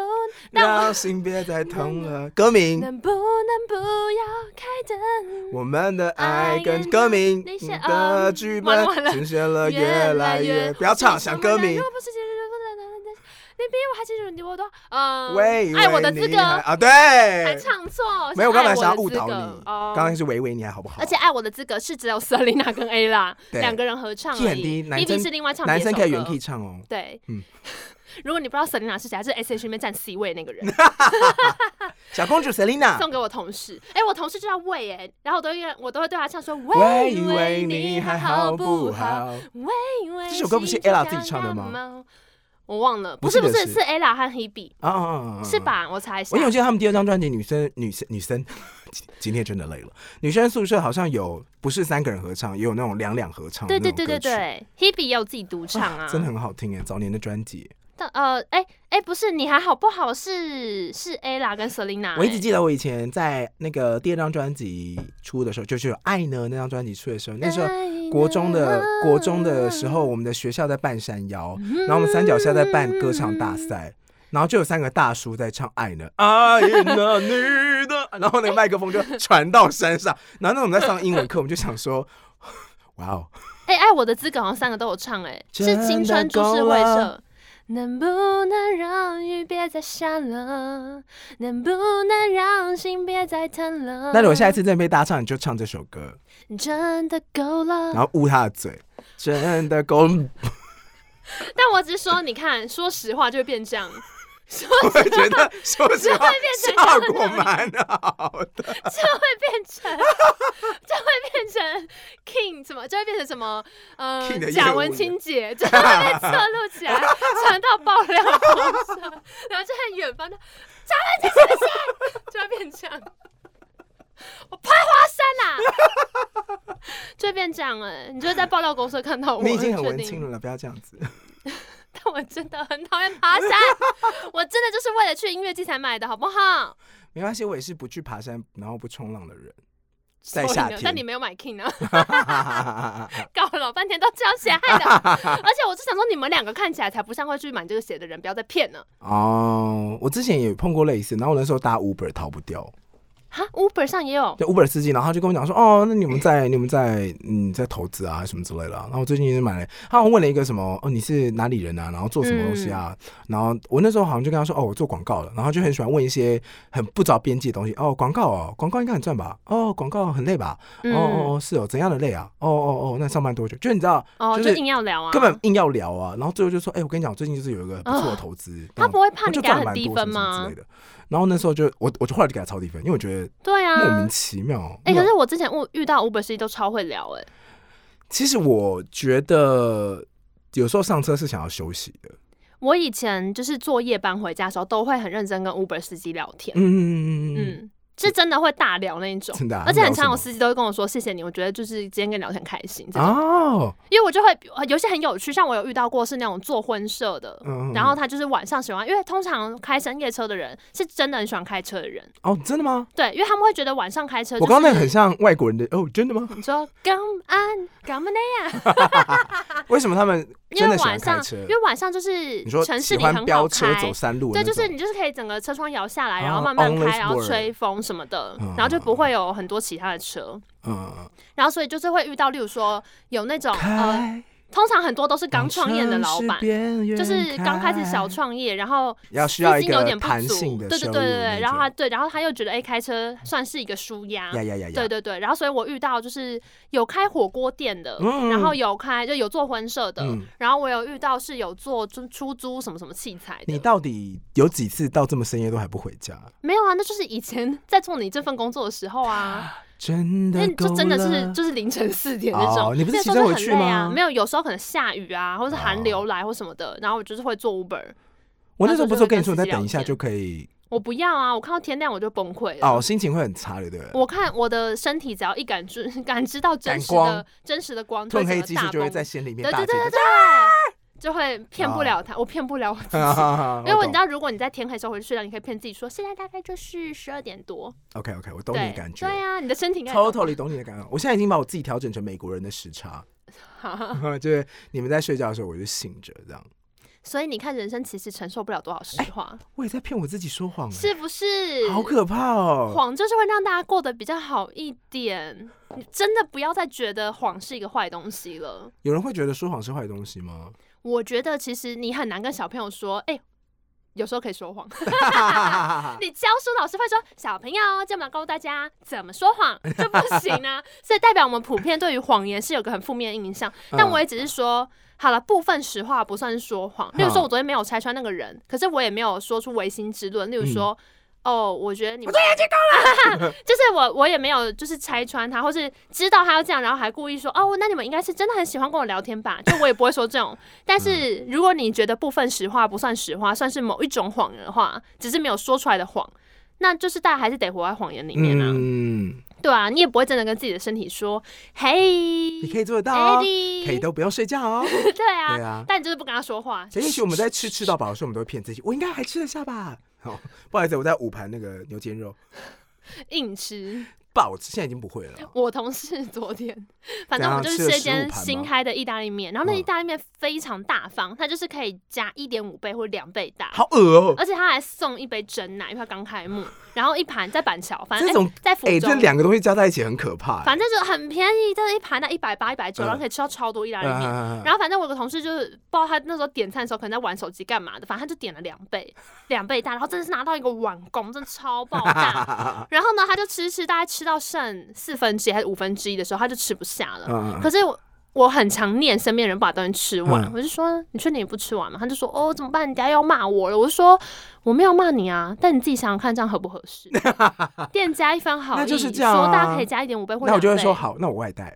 但让心别再痛了。歌名，能不能不要开灯？我们的爱跟爱歌名那些的啊剧完本完了呈现了越来越……不要唱，想歌名如。果不是你比我还清楚你我多，嗯，喂，爱我喂的你资格还啊，还对，唱错，没有，我是刚爱才想要的误资导格你，哦刚刚是维维你还好不好？而且爱我的资格是只有 Selina 跟 A 啦对两个人合唱气而很低已男，Ivy 生是另外唱别男首歌，生可以原 key 唱哦。对，嗯 如果你不知道 Selina 是谁，她是 S H 里面占 C 位那 个人，小公主 Selina，送给我同事。哎、我同事就叫喂哎、然后我都会我都会对他唱说喂喂喂，你还好不？好？喂喂，这首歌不是心就 Ella 像自己唱的吗感冒？我忘了，不不是是不的是是是 Ella 和 Hebe 啊啊啊啊是？吧？我查一下我，有记得他们第二张专辑，女生 女生女生，今今天真的累了。女生宿舍好像有不是三个人合唱，也有那种两两合唱的对那对种歌对对曲。对，Hebe 也有自己独唱啊，真的很好听哎，早年的专辑，但呃，哎、哎、不是，你还好不好？是是 Ella 跟 Selina，、我一直记得我以前在那个第二张专辑出的时候，就是有《爱呢》那张专辑出的时候，那时候国中的国中的时候，，我们的学校在办山腰，然后我们三脚下在办歌唱大赛，然后就有三个大叔在唱《爱呢》， 爱呢你的，然后那个麦克风就传到山上，然后那我们在上英文课，我们就想说，哇哦，哎、爱我的资格好像三个都有唱、哎，是青春株式会真的够社。能不能让雨别再下了？能不能让心别再疼了？那如果下一次再被搭唱，你就唱这首歌，真的够了 然。后捂他的嘴，真的够， 我但我只是说，你看，说实话就会变这样， 觉得说实话效果蛮好的，就会变成， 就会变成 King 什么，就会变成什么，呃 King 的，业务贾文清姐，就会被侧录起来，传到爆料公社，然后就在远方的贾文清姐是谁，就会变这样。 我拍花山啦、 就会变这样哎、你就会在爆料公社看到我。你已经很我确文定青了，不要这样子。 但我真的很讨厌爬山，我真的就是为了去音乐季才买的，好不好？没关系，我也是不去爬山，然后不冲浪的人。在夏天所以呢但你没有买 King 啊，我搞了老半天都这样写害的。而且我就想说，你们两个看起来才不像会去买这个鞋的人，不要再骗了。 哦，我之前也碰过类似，然后我那时候搭 Uber 逃不掉，哈，Uber 上也有，对 Uber 司机，然后他就跟我讲说，哦，那你们在你们在嗯在投资啊什么之类的啊、然后我最近也买了，他好像问了一个什么，哦你是哪里人啊，然后做什么东西啊，嗯然后我那时候好像就跟他说，哦我做广告的，然后就很喜欢问一些很不着边际的东西，哦广告哦，广告应该很赚吧，哦广告很累吧，哦哦嗯，哦是哦怎样的累啊，哦哦哦那上班多久？就你知道，哦，就就是硬要聊啊，根本硬要聊啊，然后最后就说，哎、我跟你讲，我最近就是有一个不错的投资，他不会怕我你哦就给嗯他赚了很蛮低多分什么什么吗之类？的。然后那时候就我我就后来就给他超低分，因为我觉得对啊，莫名其妙。哎、可那是我之前我遇到 Uber 司机都超会聊、哎，其实我觉得有时候上车是想要休息的，我以前就是做夜班回家的时候，都会很认真跟 Uber 司机聊天，嗯嗯嗯嗯嗯，是真的会大聊那一种，真的啊而且很聊什常么有司机都会跟我说谢谢你，我觉得就是今天跟你聊天很开心这嗯，种，哦，因为我就会呃有一些很有趣，像我有遇到过是那种做婚社的。嗯，然后他就是晚上喜欢，因为通常开深夜车的人是真的很喜欢开车的人，哦，真的吗？对，因为他们会觉得晚上开车、就是。我刚刚那个很像外国人的哦，真的吗？你说 come on come on，为什么他们啊因真为的喜晚欢开上，车因？为晚上就是你说城市喜里很欢好飙车开走山路的对，那种，就是你就是可以整个车窗摇下来，然啊后慢慢 only 开，然后 sport 吹风什么的嗯，然后就不会有很多其他的车，嗯，然后所以就是会遇到，例如说有那种哦呃，开通常很多都是刚创业的老板，就就是刚开始小创业，然后要需要一资金有个点不弹性足，的对收对入那种，对对对，然后他对，然后他又觉得哎、开车算是一个舒压。呀呀呀呀，啊对对对，然后所以我遇到就是有开火锅店的，嗯然后有开就有做婚社的，嗯然后我有遇到是有做出出租什么什么器材你的。到底有几次到这么深夜都还不回家？没有啊，那就是以前在做你这份工作的时候啊，真那的够就了，真的是就是凌晨四点那种，哦你不是那骑时候车就回很去累吗啊？没有，有时候可能下雨啊，或是哦寒流来或什么的，然后我就是会做 Uber。我那时候不是那时候就会跟你说跟你再司机等一下聊天就可以我不要啊！我看到天亮我就崩溃了。哦，心情会很差的，对不对？我看我的身体只要一感知 感知到真实感光的真实的光，就褪会黑整个激大素就会崩在心里面对大啊对解对对决。对，就会骗不了他，我骗不了我自己。因为我你知道，如果你在天黑的时候回去睡觉，你可以骗自己说现在大概就是十二点多， ，OK OK，我懂你对的感觉对，啊，你的身体应该也懂吧 totally 懂你的感觉。我现在已经把我自己调整成美国人的时差，好 就是你们在睡觉的时候，我就醒着这样。所以你看，人生其实承受不了多少实话，我也在骗我自己说谎、欸，是不是？哎好可怕哦！谎就是会让大家过得比较好一点，你真的不要再觉得谎是一个坏东西了。有人会觉得说谎是坏东西吗？我觉得其实你很难跟小朋友说，哎、有时候可以 说谎。你教书老师会说，小朋友，这么告诉大家怎么说谎，这不行 啊。所以代表我们普遍对于谎言是有个很负面的印象。但我也只是说，好了，部分实话不算是说谎。例如说，我昨天没有拆穿那个人，可是我也没有说出违心之论。例如说。哦，我觉得嗯你我眼睛够了， 就是我我也没有就是拆穿他，或是知道他要这样，然后还故意说哦，那你们应该是真的很喜欢跟我聊天吧？就我也不会说这种。嗯但是如果你觉得部分实话不算实话，算是某一种谎言的话，只是没有说出来的谎，那就是大家还是得活在谎 言里面啊。嗯，对啊，你也不会真的跟自己的身体说你嘿可以做得到哦，可以 ，Eddie，都不用睡觉哦。对啊，对啊但你就是不跟他说话。也许我们在吃吃到饱的时候，我们都会骗自己，我应该还吃得下吧？好，不好意思，我在五盘那个牛肩肉硬吃。爆吃，现在已经不会了。我同事昨 天，反怎正样我们就是吃了吃一15间盘吗新开的意大利面，然后那嗯意大利面非常大方，它就是可以加一点五倍或两倍大，好恶哦、而且他还送一杯真奶，因为他刚开幕，然后一盘在板桥，反正这种哎在福哎、州，这两个东西加在一起很可怕、反正就很便宜，就是一盘那一百八、一百九，嗯然后可以吃到超多意大利面。嗯然后反正我有个同事就是不知道他那时候点餐的时候可能在玩手机干嘛的，反正他就点了两倍，两倍大，然后真的是拿到一个碗公，真的超爆 大。啊然后呢，他就吃吃，大概吃到剩四分之一还是五分之一的时候，他就吃不下了。嗯可是我我很常念身边人把东西吃完，嗯我就说你确定你不吃完吗？他就说哦怎么办？你等下要骂我了。我就说我没有骂你啊，但你自己想想看这样合不合 适？店家一番好意，那就是这样啊说大家可以加一点五倍或那我就会2倍说好，那我外带，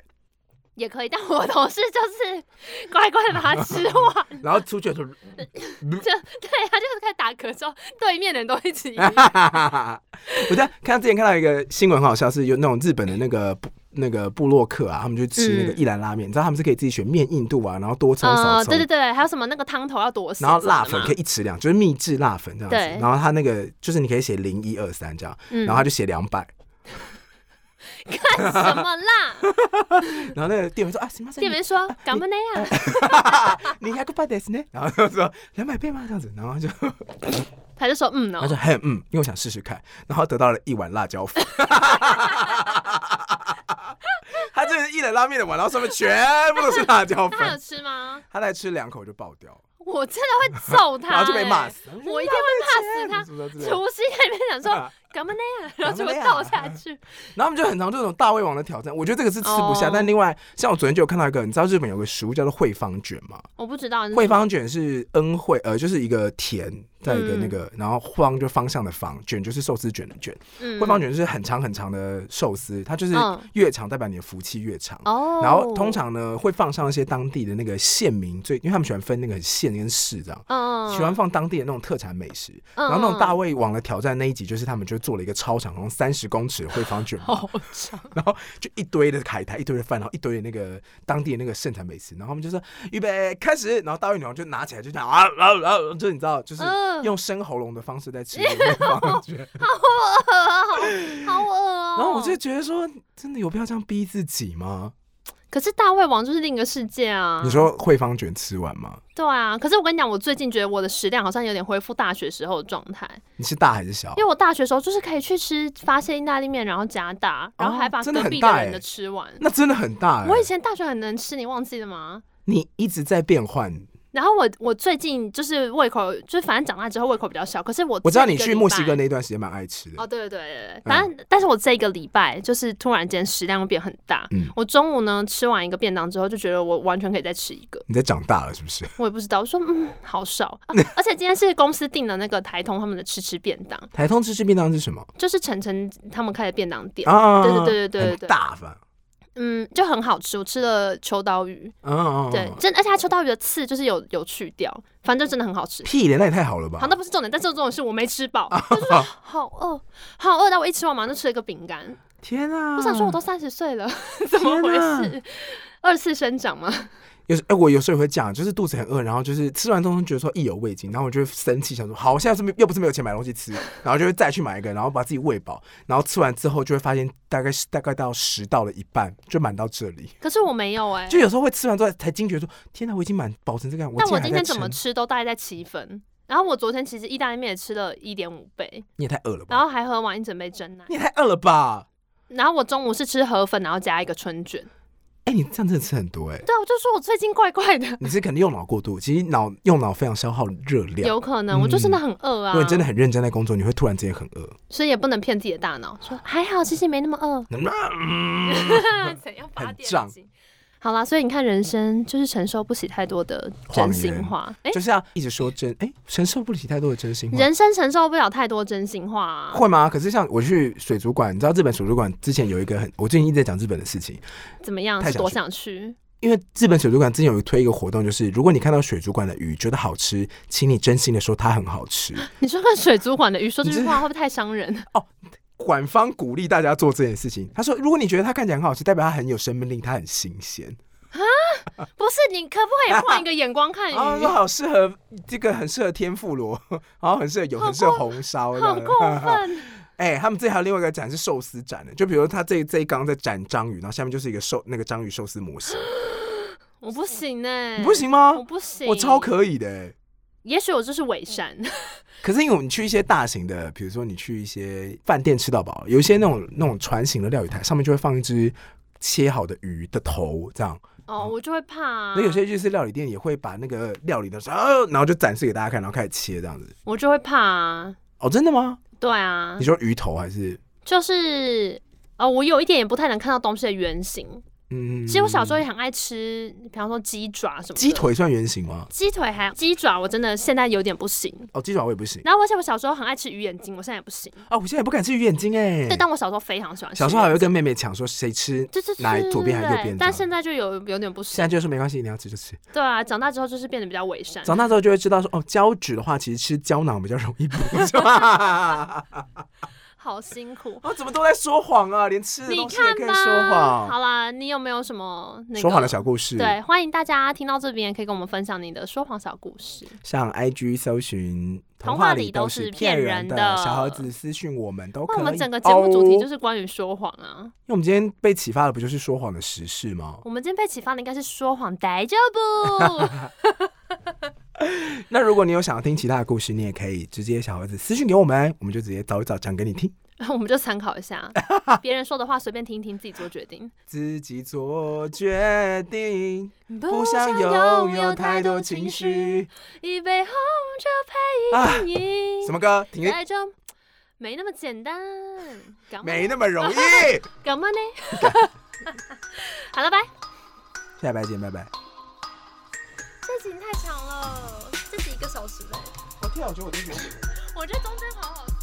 也可以，但我同事就是乖乖地把它吃 完，然后出去的时候，就对他就是开始打嗝之后，对面的人都 一起我在看之前看到一个新闻，很好笑，是有那种日本的那个部那个部落客啊，他们就吃那个嗯一兰拉面，你知道他们是可以自己选面硬度啊，然后多葱少呃，葱，对对对，还有什么那个汤头要多少，然后辣 粉可以以，一匙两，就是秘制辣粉这样对子。然后他那个就是你可以写零一二三这样，嗯然后他就写两百，看什么辣？ 然后那个店员说啊，什么店员说干嘛那样？你还够八点呢？ 然后他说两百倍吗？这样子，然后他就他就说嗯哦 他，说很嗯，因为我想试试看，然后得到了一碗辣椒粉。 他就是一人拉面的碗，然后上面全部都是辣椒 那他有粉，吃吗？他再吃两口就爆掉，我真的会揍他、 然后就被骂欸死。 我一定会怕死他。什么之类的除夕在那边想说干嘛那样，然后就会啊倒下去。然后我们就很常这种大胃王的挑战，我觉得这个是吃不下。哦但另外，像我昨天就有看到一个，你知道日本有个食物叫做惠方卷吗？我不知道，惠方卷是恩惠，呃，就是一个甜，在一个嗯那个，然后方就方向的方，卷就是寿司卷的卷。嗯惠方卷就是很长很长的寿司，它就是嗯越长代表你的福气越长。哦，然后通常呢会放上一些当地的那个县民最，因为他们喜欢分那个县跟市这样。嗯喜欢放当地的那种特产美食，嗯然后那种大嗯胃王的挑战那一集，就是他们就做了一个超长，好像三十公尺的惠方 卷 吧，好长，然后就一堆的海苔，一堆的饭，然后一堆的那个当地的那个盛产美食，然后他们就说预备开始，然后大胃女王就拿起来就讲啊，然后然后就你知道，就是嗯用生喉咙的方式在吃那个饭 卷，好恶哦。然后我就觉得说，真的有必要这样逼自己吗？可是大胃王就是另一个世界啊。你说惠方卷吃完吗？对啊？可是我跟你讲，我最近觉得我的食量好像有点恢复大学时候的状态，你是大还是小因为？我大学时候就是可以去吃发现意大利面，然后加大，然后还把真的隔很壁大人欸的吃完。那真的很大、欸。我以前大学很能吃，你忘记了吗？你一直在变换。然后我我最近就是胃口，就是反正长大之后胃口比较小，可是我我知道你这个去礼墨西哥嗯拜那段时间蛮爱吃的。哦，对对对对对，反正、但是我这个礼拜就是突然间食量变很大，嗯我中午呢吃完一个便当之后就觉得我完全可以再吃一个，你在长大了是不是？我也不知道，我说嗯好少、 啊而且今天是公司订的那个台通他们的吃吃便当，台通芝士便当是什么？就是晨晨他们开的便当店，啊，对对对对对对很大饭。嗯，就很好吃。我吃了秋刀鱼，嗯嗯，嗯对，真而且它秋刀鱼的刺就是有有去掉，反正就真的很好吃。屁咧，那也太好了吧？好，那不是重点，但是重点是我没吃饱，啊我就说好饿，好饿。但我一吃完马上就吃了一个饼干，天啊！我想说我都三十岁了， 怎么回天事？二次生长吗？有时哎、我有时候也会讲，就是肚子很饿，然后就是吃完东西觉得说意犹未尽，然后我就会生气，想说好，我现在是没又不是没有钱买东西吃，然后就会再去买一个，然后把自己喂饱，然后吃完之后就会发现大概是大概到食到了一半就满到这里，可是我没有哎、就有时候会吃完之后才惊觉说天哪，我已经满饱成这个样，但竟我然还今在天吃怎么，吃都大概在七分。然后我昨天其实意大利面也吃了一点五倍，你也太饿了吧然？后还喝完一整杯真奶。你也太饿了吧？然后我中午是吃河粉，然后加一个春卷。哎、你这样真的吃很多哎、对啊，我就说我最近怪怪的，你是肯定用脑过度，其实脑用脑非常消耗热量。有可能我就真的很饿啊。如果嗯你真的，很认真在工作，你会突然之间很饿，所以也不能骗自己的大脑，说还好，其实没那么饿。能不能？怎样很胀睛？好啦，所以你看，人生就是承受不起太多的真心话。哎、就是要一直说真，哎、承受不起太多的真心话。人生承受不了太多真心话、啊，会吗？可是像我去水族馆，你知道日本水族馆之前有一个很，我最近一直在讲日本的事情，怎么样？太是想多去想去？因为日本水族馆之前有推一个活动，就是如果你看到水族馆的鱼觉得好吃，请你真心的说它很好 吃。你说看水族馆的鱼说这你句这话会不会太伤人？馆方鼓励大家做这件事情，他说如果你觉得它看起来很好吃，代表它很有生命力，它很新鲜。 不是，你可不可以换一个眼光 看鱼？啊，说好适合这个，很适合天妇罗， 然后很适合有，好很适合过红烧这样好子，过分！哎、他们这还有另外一个展是寿司展的，就比如他这这一缸在展章鱼，然后下面就是一个寿那个章鱼寿司模型， 我不行呢、你不行吗嗯我？不行，我超。可以的、欸。也许我就是伪善，可是因为你去一些大型的，比如说你去一些饭店吃到饱，有一些那种那种船型的料理台，上面就会放一只切好的鱼的头这样。哦，我就会怕、啊。那有些日式料理店也会把那个料理的时候，哦然后就展示给大家看，然后开始切这样子。我就会怕、啊。哦，真的吗？对啊你，说鱼头还是？就是哦，我有一点也不太能看到东西的原型。嗯，其实我小时候也很爱吃，比方说鸡爪什么的。鸡。腿算圆形吗？鸡腿还鸡爪，我真的现在有点不行。哦，鸡爪我也不行。然后，而且我小时候很爱吃鱼眼睛，我现在也不行。哦，我现在也不敢吃鱼眼睛哎、对，但我小时候非常喜欢吃。小时候还会跟妹妹抢说谁吃，对对对，哪左边还是右边对这但样现在就有有点不现行在。就说没关系，你要吃就吃。对啊，长大之后就是变得比较伪善。长大之后就会知道说，哦，胶质的话其实吃胶囊比较容易补。 是吧 好辛苦。我怎么都在说谎啊，连吃的你哦东西也看可以吧，说谎。好啦，你有没有什么那个说谎的小故事，对，欢迎大家听到这边，可以跟我们分享你的说谎小故事。上 IG 搜寻“童话里都都是是骗骗人人的的”，小盒子私讯我们都可那以。，我们整个节目主题就是哦是关于说谎啊。因为我们今天被启发的不就是说谎的实事吗？我们今天被启发的应该是说谎逮着不？那如果你有想要听其他的故事，你也可以直接小盒子私讯给我们，我们就直接找一找讲给你听。 我们就参考 一下别人说的话，随便听一听，自己做决定。自己做决定，不想拥哦拥有太多情绪，。一杯红啊酒配一杯饮，什么歌？停！逮着没那么简单，干嘛没那么 容易。干嘛呢？好了，拜。下礼拜见，拜拜。这集太长了，这集一个小时嘞，我天啊，我觉得我这个。我觉得中间好好笑。